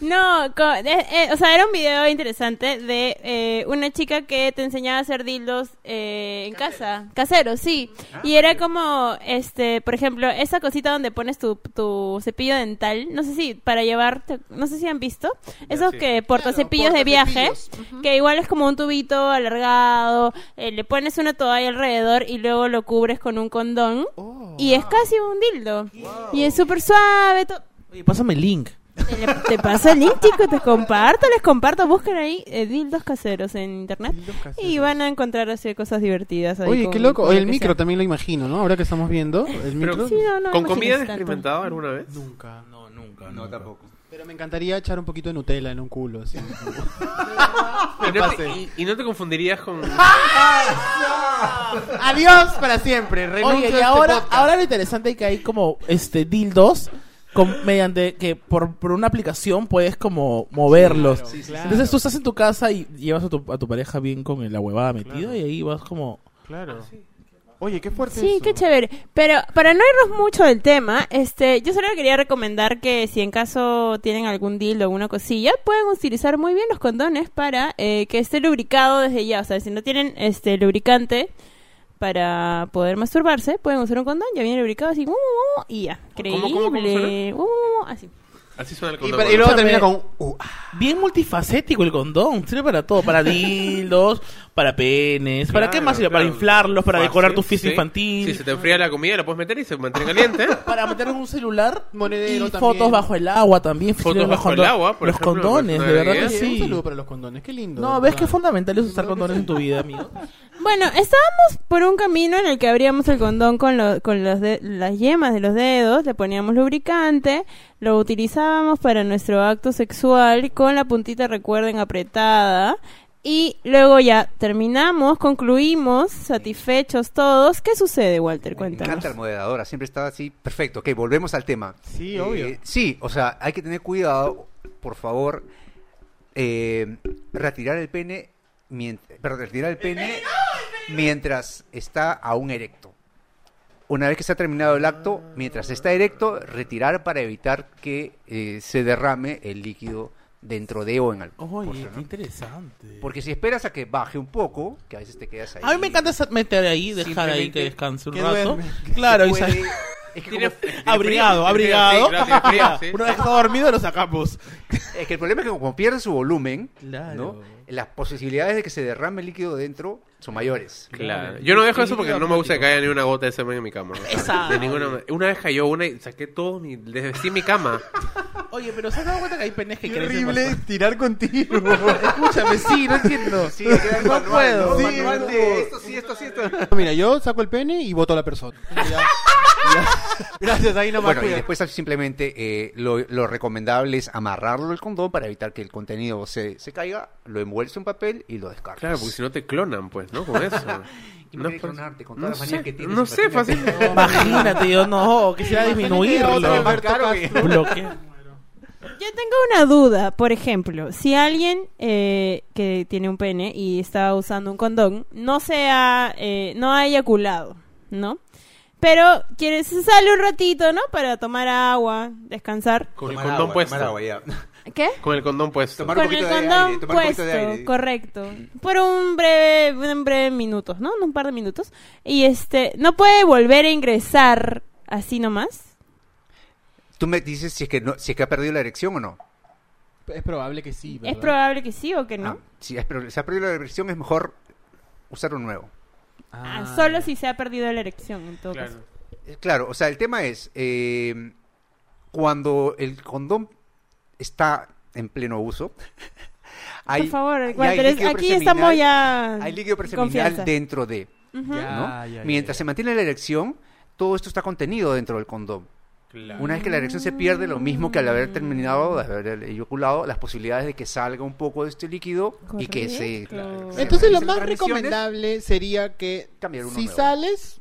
S4: no, co- eh, eh, o sea, era un video interesante de eh, una chica que te enseñaba a hacer dildos eh, en casa, caseros, sí. y era como, este, por ejemplo, esa cosita donde pones tu, tu cepillo dental, no sé si para llevar, te- no sé si han visto, esos
S1: sí.
S4: que porta cepillos de viaje,
S2: portacepillos.
S4: que igual es como un tubito alargado, eh, le pones una toalla alrededor y luego lo cubres con un condón. Y es casi un dildo. Y es súper suave. to-
S3: Oye, pásame el link.
S4: Te, le- te paso el link, chicos. Te comparto, les comparto. Busquen ahí eh, dildos caseros en internet. Y van a encontrar así cosas divertidas. Ahí
S2: Oye,
S4: con-
S2: qué loco.
S4: con lo
S2: El
S4: que
S2: micro
S4: sea.
S2: también lo imagino, ¿no? Ahora que estamos viendo el micro.
S4: Sí, no, no
S1: ¿Con
S4: imagines
S1: comida has
S4: tanto.
S1: experimentado alguna vez?
S2: Nunca.
S3: No, nunca.
S5: No, tampoco.
S2: Pero me encantaría echar un poquito de Nutella en un culo. así.
S1: ¿Y no te- y, y no te confundirías con...
S2: Adiós para siempre. Renuncio
S3: Oye,
S2: a
S3: y
S2: este
S3: ahora,
S2: podcast.
S3: ahora lo interesante es que hay como este dildos con, mediante que por, por una aplicación puedes como moverlos.
S2: Sí, claro.
S3: Entonces tú estás en tu casa y llevas a tu, a tu pareja bien con la huevada metida y ahí vas como...
S2: Claro. Oye, qué fuerte
S4: Sí,
S2: eso.
S4: qué chévere. Pero para no irnos mucho del tema, este, yo solo quería recomendar que si en caso tienen algún dildo o alguna cosilla, pueden utilizar muy bien los condones para eh, que esté lubricado desde ya. O sea, si no tienen este lubricante para poder masturbarse, pueden usar un condón, ya viene lubricado así, uh, uh, uh, y ya. Creíble.
S1: ¿Cómo, cómo, cómo
S4: Uh, uh, uh, así.
S1: Así suena el
S2: Y,
S1: condón.
S2: para- y
S1: ¿no?
S2: luego
S3: Escúchame.
S2: termina con... uh, ah.
S3: Bien multifacético el condón, sirve para todo, para dildos, para penes, ¿para qué
S1: Claro,
S3: más sirve? Para
S1: claro.
S3: inflarlos, para
S1: Fácil,
S3: decorar tu fiesta
S1: sí.
S3: infantil,
S1: Si se te enfría la comida, la puedes meter y se mantiene caliente.
S3: para meter en un celular
S2: Monedero
S3: y
S2: también.
S3: fotos bajo el agua también.
S1: Fotos
S3: los
S1: bajo el
S3: condo-
S1: agua, por
S3: Los
S1: ejemplo,
S3: condones,
S1: es
S3: de
S1: una
S3: verdad que
S1: idea.
S2: Oye, Un
S3: sí.
S2: saludo para los condones, qué lindo.
S3: No, ves que es
S2: Claro.
S3: fundamental es usar condones en tu vida, amigo.
S4: Bueno, estábamos por un camino en el que abríamos el condón con, lo- con los de- las yemas de los dedos, le poníamos lubricante, lo utilizábamos para nuestro acto sexual con la puntita, recuerden, apretada. Y luego ya terminamos, concluimos, satisfechos todos. ¿Qué sucede, Walter?
S5: Me
S4: Cuéntanos.
S5: encanta el moderadora, siempre está así. Perfecto, ok, volvemos al tema.
S2: Sí,
S5: Eh,
S2: obvio.
S5: Sí, o sea, hay que tener cuidado, por favor, eh, retirar el pene, mientras, retirar el pene mientras está aún erecto. Una vez que se ha terminado el acto, mientras está erecto, retirar para evitar que eh, se derrame el líquido dentro de o en el
S6: Oye,
S5: postre,
S6: qué
S5: ¿no?
S6: interesante.
S5: Porque si esperas a que baje un poco, que a veces te quedas ahí.
S3: A mí me encanta esa- meter ahí, dejar ahí
S5: Simplemente
S3: que descanse un
S2: que
S3: rato.
S2: duerme.
S3: Claro, y
S5: puede-
S3: sal-
S5: es que
S1: Tiene-
S5: como-
S1: tiene frío,
S3: abrigado,
S1: tiene frío,
S3: abrigado.
S1: sí, claro, tiene frío, sí.
S6: Una vez está dormido lo sacamos.
S5: Es que el problema es que como pierde su volumen,
S6: Claro.
S5: ¿no? las posibilidades de que se derrame el líquido dentro son mayores.
S1: Claro. Yo no dejo eso porque no me gusta que caiga ni una gota de semen en mi cama. o sea,
S3: Esa.
S1: de ninguna ma- Una vez cayó una y saqué todo mi... Desvestí mi cama.
S6: Oye, pero ¿se has dado cuenta que hay penes que
S2: Qué
S6: crecen
S2: horrible tirar contigo.
S6: Escúchame, sí, no entiendo.
S5: Sí, queda el
S6: No
S5: manual,
S6: puedo.
S5: ¿no?
S2: Sí,
S5: Manual
S2: no
S5: de
S2: puedo.
S5: esto, sí, esto, sí, esto.
S2: Mira, yo saco el pene y voto a la persona. Ya. Ya. Gracias, ahí nomás.
S5: Bueno, y
S2: cuida.
S5: después simplemente eh, lo, lo recomendable es amarrarlo el condón para evitar que el contenido se, se caiga, lo envuelves en papel y lo descargas.
S1: Claro, porque si no te clonan, pues, ¿no? Con eso.
S5: No
S1: pues-
S5: clonarte con
S1: no
S5: todas las manías
S1: sé,
S5: que tienes.
S1: No sé, fácil.
S5: imagínate.
S6: Imagínate, yo no, quisiera
S5: Otra
S6: disminuirlo.
S5: vez. Caro que-
S6: Bloque.
S4: Yo tengo una duda, por ejemplo, si alguien eh, que tiene un pene y está usando un condón no sea, eh, no ha eyaculado, ¿no? Pero quiere, se sale un ratito, ¿no? Para tomar agua, descansar.
S1: Con el
S5: Tomar
S1: condón
S5: agua,
S1: puesto.
S5: tomar agua, ya.
S4: ¿Qué?
S1: Con el condón puesto.
S5: Tomar- un
S4: Con el
S5: poquito de aire,
S4: condón
S5: tomar un poquito
S4: puesto,
S5: de aire. Mm.
S4: correcto. Por un breve, un breve minutos, ¿no? Un par de minutos. Y este, no puede volver a ingresar así nomás.
S5: Tú me dices si es que no, si es que ha perdido la erección o no.
S2: Es probable que sí, ¿verdad?
S4: Es probable que sí o que no.
S5: Ah, si, es- pero si ha perdido la erección es mejor usar un nuevo.
S4: Ah, solo si se ha perdido la erección, en todo caso.
S1: Claro.
S5: Eh, Claro, o sea, el tema es eh, cuando el condón está en pleno uso. hay-
S4: Por favor,
S5: y hay
S4: Walter, es-
S5: líquido
S4: aquí
S5: preseminal-
S4: estamos ya.
S5: Hay líquido preseminal
S4: confianza.
S5: dentro de,
S4: Ujú.
S5: ¿no?
S6: Ya, ya, ya,
S5: Mientras
S6: ya.
S5: se mantiene la erección, todo esto está contenido dentro del condón. Una vez que la erección se pierde, lo mismo que al haber terminado, de haber eyaculado, las posibilidades de que salga un poco de este líquido y que se...
S4: Correcto.
S5: se
S2: Entonces lo
S5: realicen
S2: más
S5: transmisiones.
S2: recomendable sería que
S5: Cambiar uno
S2: si
S5: nuevo.
S2: sales,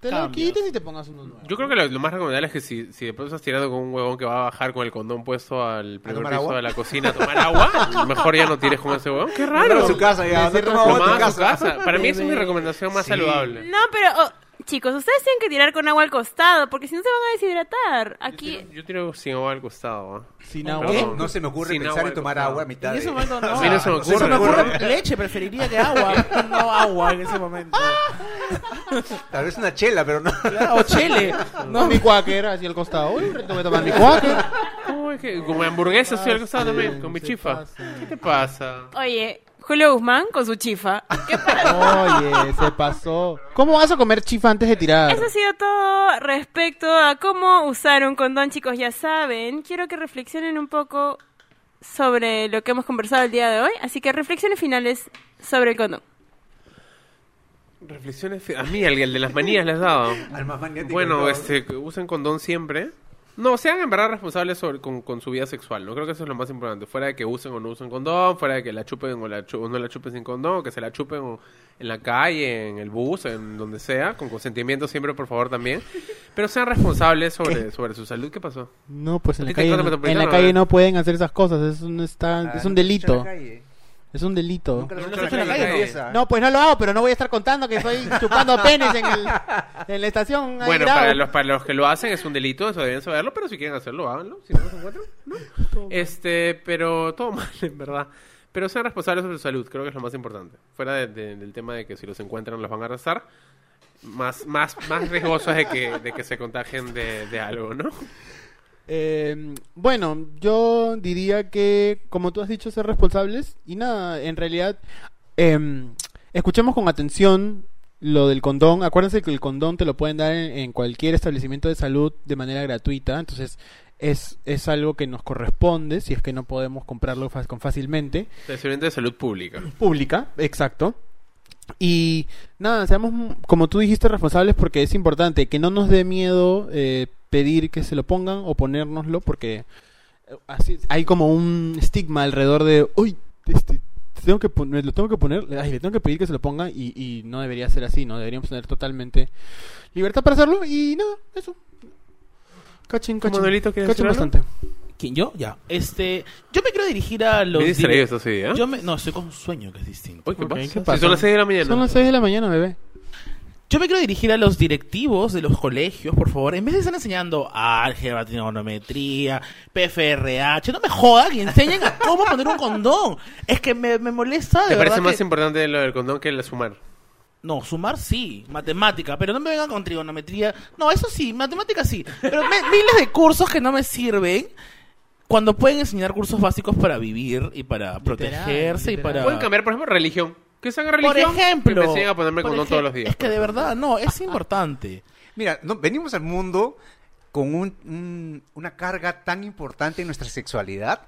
S2: te lo
S6: Cambias.
S2: quites y te pongas uno nuevo.
S1: Yo creo que lo, lo más recomendable es que si, si después estás tirando con un huevón que va a bajar con el condón puesto al primer
S5: tomar
S1: piso
S5: agua?
S1: de la cocina a tomar agua, mejor ya no tires con ese huevón. ¡Qué
S5: Claro,
S1: raro!
S5: a su casa ya, no toma agua en
S1: Nomás
S5: tu
S1: a su
S5: casa.
S1: casa. Para mí esa es mi recomendación más
S5: Sí.
S1: saludable.
S4: No, pero oh, chicos, ustedes tienen que tirar con agua al costado, porque si no se van a deshidratar.
S1: Yo
S4: Aquí.
S1: tiro- Yo tiro sin agua al costado. ¿ah?
S2: Sin
S1: No,
S2: agua.
S1: ¿Qué?
S5: No se me ocurre
S1: Sin
S5: pensar
S1: agua,
S5: en tomar
S1: claro.
S5: agua a mitad
S6: En
S5: de...
S6: ese momento no.
S1: A mí no se me
S6: Se me
S1: ocurre.
S6: ocurre leche, preferiría que agua. No agua en ese momento.
S5: Tal vez una chela, pero no.
S6: O chele.
S2: No, mi quaker hacia el costado. Hoy reto voy a tomar mi quaker.
S1: ¿Cómo es que? Como hamburguesa estoy al costado también,
S2: sí,
S1: con mi
S2: se
S1: chifa.
S2: pasa.
S1: ¿Qué te pasa?
S4: Oye, Julio Guzmán con su chifa. ¿Qué pasa?
S2: Oye, se pasó. ¿Cómo vas a comer chifa antes de tirar?
S4: Eso ha sido todo respecto a cómo usar un condón, chicos, ya saben. Quiero que reflexionen un poco sobre lo que hemos conversado el día de hoy. Así que reflexiones finales sobre el condón.
S1: Reflexiones. fi- A mí, el, el de las manías les has dado.
S5: Al más magnético de
S1: Bueno,
S5: todos.
S1: este, que usen condón siempre. No, sean en verdad responsables sobre- con, con su vida sexual. No creo que eso es lo más importante. Fuera de que usen o no usen condón, fuera de que la chupen o, la chu- o no la chupen sin condón, o que se la chupen o- en la calle, en el bus, en donde sea, con consentimiento siempre, por favor, también. Pero sean responsables sobre, sobre su salud. ¿Qué pasó?
S2: No, pues
S1: ¿A
S2: en la
S1: ti te
S2: calle,
S1: corta
S2: no, en
S1: metropolitana, Ah,
S2: la
S1: no?
S2: calle no pueden hacer esas cosas. Es un,
S5: Ah,
S2: está, es un delito.
S5: Nunca
S2: Es un
S1: No,
S2: delito.
S5: lo has
S1: no lo has
S5: hecho en la
S1: hecho en la
S5: calle.
S1: calle.
S2: No, pues no lo hago, pero no voy a estar contando que estoy chupando penes en, el, en la estación. ahí
S1: Bueno,
S2: grabo.
S1: para los, para los que lo hacen es un delito, eso deben saberlo, pero si quieren hacerlo, háganlo. Si no los encuentran, no. Este, pero todo mal, en verdad. Pero sean responsables sobre su salud, creo que es lo más importante. Fuera de- de- del tema de que si los encuentran los van a arrasar, más, más, más riesgoso es de que, de que se contagien de, de algo, ¿no?
S2: Eh, bueno, yo diría que, como tú has dicho, ser responsables. Y nada, en realidad, eh, escuchemos con atención lo del condón. Acuérdense que el condón te lo pueden dar en, en cualquier establecimiento de salud de manera gratuita. Entonces, es, es algo que nos corresponde si es que no podemos comprarlo fa- con fácilmente
S1: Desobediente de salud pública.
S2: pública, exacto. Y nada, seamos, mm, como tú dijiste, responsables porque es importante que no nos dé miedo eh, pedir que se lo pongan o ponérnoslo porque eh, así, hay como un estigma alrededor de, uy, este, tengo que pon- me lo tengo que poner, ay, le tengo que pedir que se lo ponga y, y no debería ser así, ¿no? Deberíamos tener totalmente libertad para hacerlo y nada, eso. Cachín, cachín.
S1: Manuelito, ¿quieres
S2: Cachín
S1: decir algo?
S2: bastante.
S3: ¿Quién yo? Ya. Este, yo me quiero dirigir a los.
S1: Me he distraído
S3: dire-
S1: esta sí, ¿eh?
S3: Yo me, no, estoy con sueño que es distinto.
S1: Uy, ¿qué
S2: Ok,
S1: pasa?
S2: ¿qué
S1: Si
S2: pasa?
S1: son las 6 de la mañana.
S2: Son las 6 de la mañana, bebé.
S3: Yo me quiero dirigir a los directivos de los colegios, por favor. En vez de estar enseñando álgebra, trigonometría, PFRH, no me jodan y enseñen a cómo poner un condón. Es que me, me molesta. De
S1: ¿Te
S3: verdad
S1: parece más
S3: que-
S1: importante lo del condón que el sumar?
S3: No, sumar sí, matemática, pero no me vengan con trigonometría. No, eso sí, matemática sí. Pero me- miles de cursos que no me sirven cuando pueden enseñar cursos básicos para vivir y para protegerse y
S2: literal.
S3: para...
S1: Pueden cambiar, por ejemplo, religión. Que se haga
S3: Por
S1: religión.
S3: ejemplo...
S1: Que me enseñen a ponerme
S3: por
S1: condón
S3: ej-
S1: todos los días.
S3: Es que de verdad, no, es importante.
S5: Mira, no, venimos al mundo con un- un- una carga tan importante en nuestra sexualidad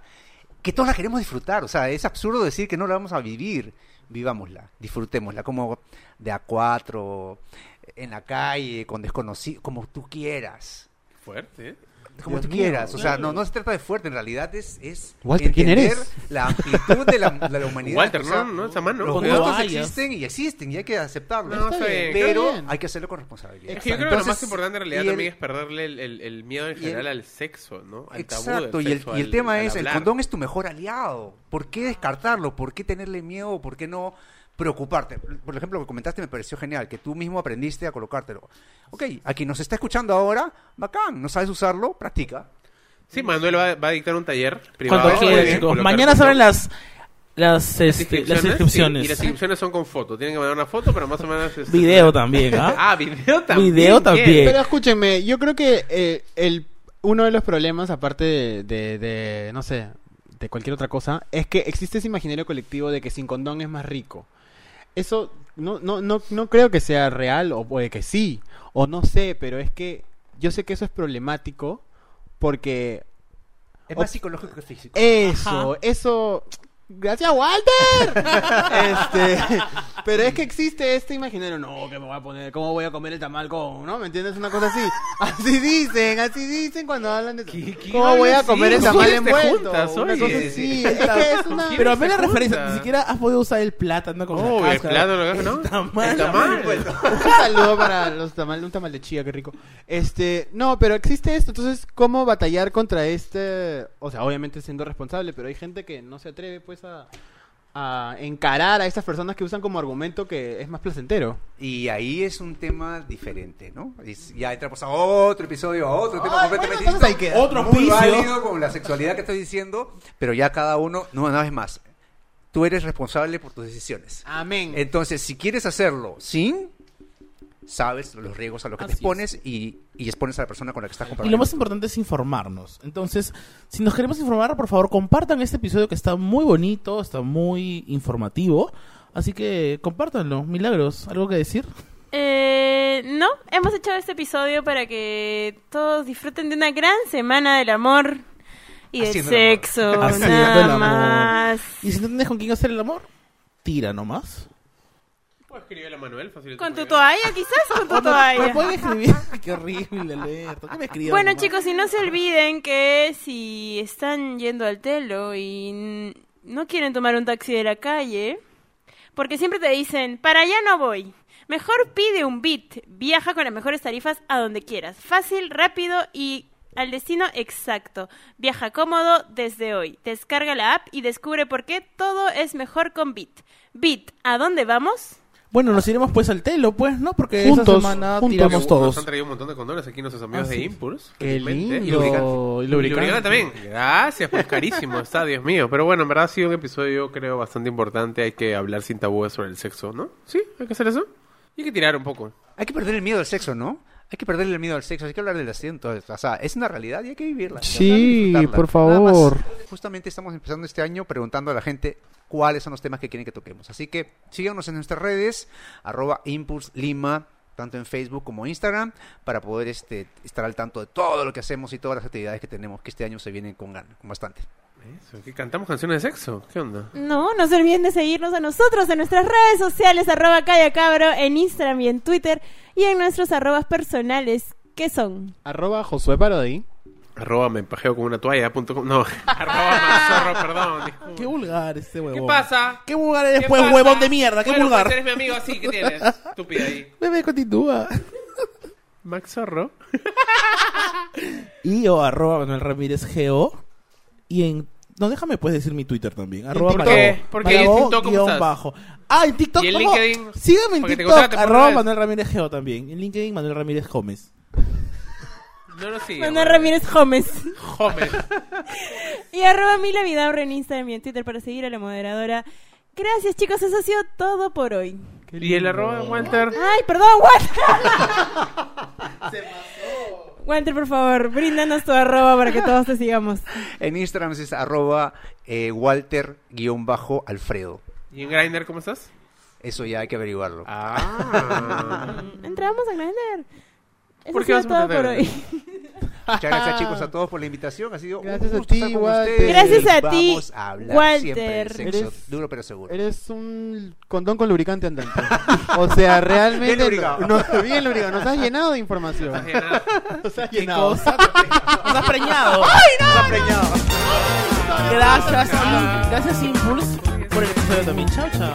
S5: que todos la queremos disfrutar. O sea, es absurdo decir que no la vamos a vivir. Vivámosla, disfrutémosla, como de a cuatro, en la calle, con desconocidos, como tú quieras.
S1: Fuerte, ¿eh?
S5: Como
S2: Dios
S5: tú
S2: mío,
S5: quieras. O sea, no, no se trata de fuerte, en realidad es, es
S2: Walter, ¿quién
S5: entender
S2: eres?
S5: la amplitud de la, de la humanidad.
S1: Walter,
S5: O sea,
S1: no, no, esa mano.
S5: Los
S3: Cuando
S5: gustos
S3: vayas.
S5: existen y existen y hay que aceptarlos.
S1: No, está bien.
S5: pero
S2: Está bien.
S5: hay que hacerlo con responsabilidad.
S1: Es que yo creo que lo más importante en realidad también es perderle el, el- el miedo en
S5: y el-
S1: general al sexo, ¿no? Al tabú del
S5: Exacto, y el,
S1: sexo,
S5: y el
S1: al-
S5: tema
S1: al
S5: es, el
S1: hablar.
S5: condón es tu mejor aliado. ¿Por qué descartarlo? ¿Por qué tenerle miedo? ¿Por qué no preocuparte? Por ejemplo, lo que comentaste me pareció genial, que tú mismo aprendiste a colocártelo. Ok, a quien nos está escuchando ahora, bacán, no sabes usarlo, practica.
S1: Sí, Manuel va, va a dictar un taller privado.
S5: Cuando
S1: de
S5: Vamos, quiera,
S3: quieren,
S5: bien,
S1: colocar
S3: chicos. Mañana
S1: condón.
S3: salen las las, este,
S1: Inscripciones,
S3: las inscripciones.
S1: sí, y las inscripciones son con foto. Tienen que mandar una foto, pero más o menos... este,
S3: Video también, ¿ah?
S1: Ah, video también.
S3: Video también.
S1: bien.
S2: Pero escúchenme, yo creo que eh, el, uno de los problemas, aparte de, de- de, no sé, de cualquier otra cosa, es que existe ese imaginario colectivo de que sin condón es más rico. Eso no, no, no, no creo que sea real, o puede que sí, o no sé, pero es que yo sé que eso es problemático porque
S5: Es
S2: O-
S5: más psicológico que físico.
S2: eso, eso. Gracias, Walter. este, pero es que existe este imaginario. No, que me voy a poner, ¿cómo voy a comer el tamal con, no? ¿Me entiendes? Una cosa así. Así dicen, así dicen cuando hablan de eso.
S1: ¿Qué- qué
S2: ¿Cómo voy a
S1: hablas?
S2: comer
S1: Sí,
S2: el tamal
S1: ustedes te
S2: envuelto?
S1: juntas,
S2: Una
S1: oye.
S2: cosa así. Es que es una.
S1: Ah, ¿Quién
S3: Pero
S1: se
S3: apenas
S1: junta?
S3: referencia, ni siquiera has podido usar el plátano como
S1: Oh,
S3: la
S1: el
S3: cáscara.
S1: plátano, la cáscara, ¿no?
S3: Está mal.
S1: Está mal. Pues,
S2: Un saludo para los tamales, un tamal de chía, qué rico. Este, no, pero existe esto, entonces, ¿cómo batallar contra este? O sea, obviamente siendo responsable, pero hay gente que no se atreve, pues, a, a encarar a estas personas que usan como argumento que es más placentero.
S5: Y ahí es un tema diferente, ¿no? Es- ya entramos a otro episodio, a otro tema completamente
S2: bueno, entonces
S5: distinto,
S2: hay que-
S3: otro
S5: muy
S3: vicio.
S5: válido con la sexualidad que estoy diciendo, pero ya cada uno, no, una vez más, tú eres responsable por tus decisiones.
S2: Amén.
S3: Eh,
S5: Entonces, si quieres hacerlo sin, sabes los riesgos a los que te
S3: Así
S5: expones y, y expones a la persona con la que estás
S3: Y
S5: compartiendo.
S3: lo más importante es informarnos. Entonces, si nos queremos informar, por favor, compartan este episodio que está muy bonito, está muy informativo. Así que compártanlo. Milagros, ¿algo que decir?
S4: Eh, no, hemos hecho este episodio para que todos disfruten de una gran semana del amor y del
S5: Haciendo el amor.
S4: sexo.
S3: Haciendo
S4: nada
S3: el amor.
S4: más.
S3: Y si no tienes con quién hacer el amor, tira nomás.
S1: Puedes escribirle a Manuel fácilmente.
S4: Con tu toalla, quizás con tu toalla.
S3: ¿Me pueden escribir? Qué horrible, Alberto. ¿Qué me escribieron
S4: Bueno,
S3: nomás?
S4: chicos, y no se olviden que si están yendo al telo y n- no quieren tomar un taxi de la calle, porque siempre te dicen, para allá no voy. Mejor pide un bit, viaja con las mejores tarifas a donde quieras. Fácil, rápido y al destino exacto. Viaja cómodo desde hoy. Descarga la app y descubre por qué todo es mejor con bit. Bit, ¿a dónde vamos?
S3: Bueno, nos iremos pues al telo, pues, ¿no? Porque esa
S2: Juntos,
S3: semana
S2: juntos.
S3: tiramos
S1: Nos han
S3: todos.
S1: traído un montón de condones aquí nuestros amigos
S3: Ah,
S1: de
S3: sí.
S1: Impulse.
S2: Qué
S1: felizmente.
S2: lindo.
S1: Y lubricante.
S2: Y
S1: Y lubricante también. Gracias, pues carísimo está, Dios mío. Pero bueno, en verdad ha sido un episodio, creo, bastante importante. Hay que hablar sin tabúes sobre el sexo, ¿no? Sí, hay que hacer eso. Y hay que tirar un poco.
S5: Hay que perder el miedo al sexo, ¿no? Hay que perder el miedo al sexo, hay que hablar del asiento. O sea, es una realidad y hay que vivirla.
S2: Sí,
S5: tratar de disfrutarla.
S2: por
S5: Nada más.
S2: favor.
S5: Justamente estamos empezando este año preguntando a la gente cuáles son los temas que quieren que toquemos. Así que síganos en nuestras redes, arroba Impulse Lima, tanto en Facebook como Instagram, para poder este, estar al tanto de todo lo que hacemos y todas las actividades que tenemos, que este año se vienen con, gan- con bastante.
S1: Eso, que cantamos canciones de sexo. ¿Qué onda?
S4: No, no se olviden de seguirnos a nosotros en nuestras redes sociales, arroba Calla Cabro, en Instagram y en Twitter, y en nuestros arrobas personales, que son
S2: Arroba Josué Parodi.
S1: Arroba me empajeo con una toalla punto com. No, arroba mazorro, perdón. disculpa.
S3: Qué vulgar este huevón.
S1: ¿Qué pasa?
S3: Qué vulgar eres,
S1: ¿Qué
S3: pues,
S1: pasa?
S3: huevón de mierda. Qué
S1: Bueno, pues, eh,
S3: vulgar.
S1: eres mi amigo así, ¿qué tienes? Estúpida ahí.
S3: Bebé, continúa.
S1: Max Zorro.
S3: Y o arroba Manuel Ramírez GO. Y en. No, déjame pues decir mi Twitter también. Arroba
S1: TikTok?
S3: Malabo.
S1: ¿Por qué? ¿Por qué? ¿Y en
S3: Malabo
S1: TikTok cómo
S3: guión
S1: estás?
S3: bajo. Ah, en TikTok.
S1: ¿Y en
S3: ¿cómo?
S1: LinkedIn?
S3: Sígueme en
S1: Porque te
S3: TikTok.
S1: gusta que te
S3: Arroba
S1: pongas-
S3: Manuel Ramírez GO también. En LinkedIn, Manuel Ramírez Gómez.
S1: No lo sigas.
S4: Manuel Ramírez Gómez.
S1: Joven.
S4: Y arroba Mila Vidaurre en Instagram y en Twitter para seguir a la moderadora. Gracias, chicos. Eso ha sido todo por hoy.
S1: Y el arroba de Walter.
S4: Ay, perdón, Walter. Walter, por favor, bríndanos tu arroba para que todos te sigamos.
S5: En Instagram es arroba eh, Walter-Alfredo.
S1: ¿Y en Grindr cómo estás?
S5: Eso ya hay que averiguarlo.
S1: Ah.
S4: Entramos a Grindr. Eso
S1: ¿Por
S4: ha
S1: qué
S4: sido
S1: vas a
S4: todo
S1: meter
S4: por hoy.
S5: Muchas
S4: Ah.
S5: gracias chicos a todos por la invitación. Ha sido
S2: Gracias a
S5: un gusto
S2: ti,
S5: estar con
S2: Walter.
S5: ustedes.
S4: Gracias a
S5: Vamos
S4: ti,
S5: a hablar
S4: Walter.
S5: siempre de sexo,
S2: Eres-
S5: duro pero seguro.
S2: Eres un condón con lubricante andante. O sea, realmente.
S5: Bien lubricado.
S2: No, bien lubricado. Nos has llenado de información.
S1: Así de nada.
S2: Nos has
S3: ¿Qué
S2: llenado.
S3: cosa? Nos has preñado.
S5: Está preñado.
S1: Ah.
S3: Gracias, Gracias, Impulse, por el episodio también. Chao, chao.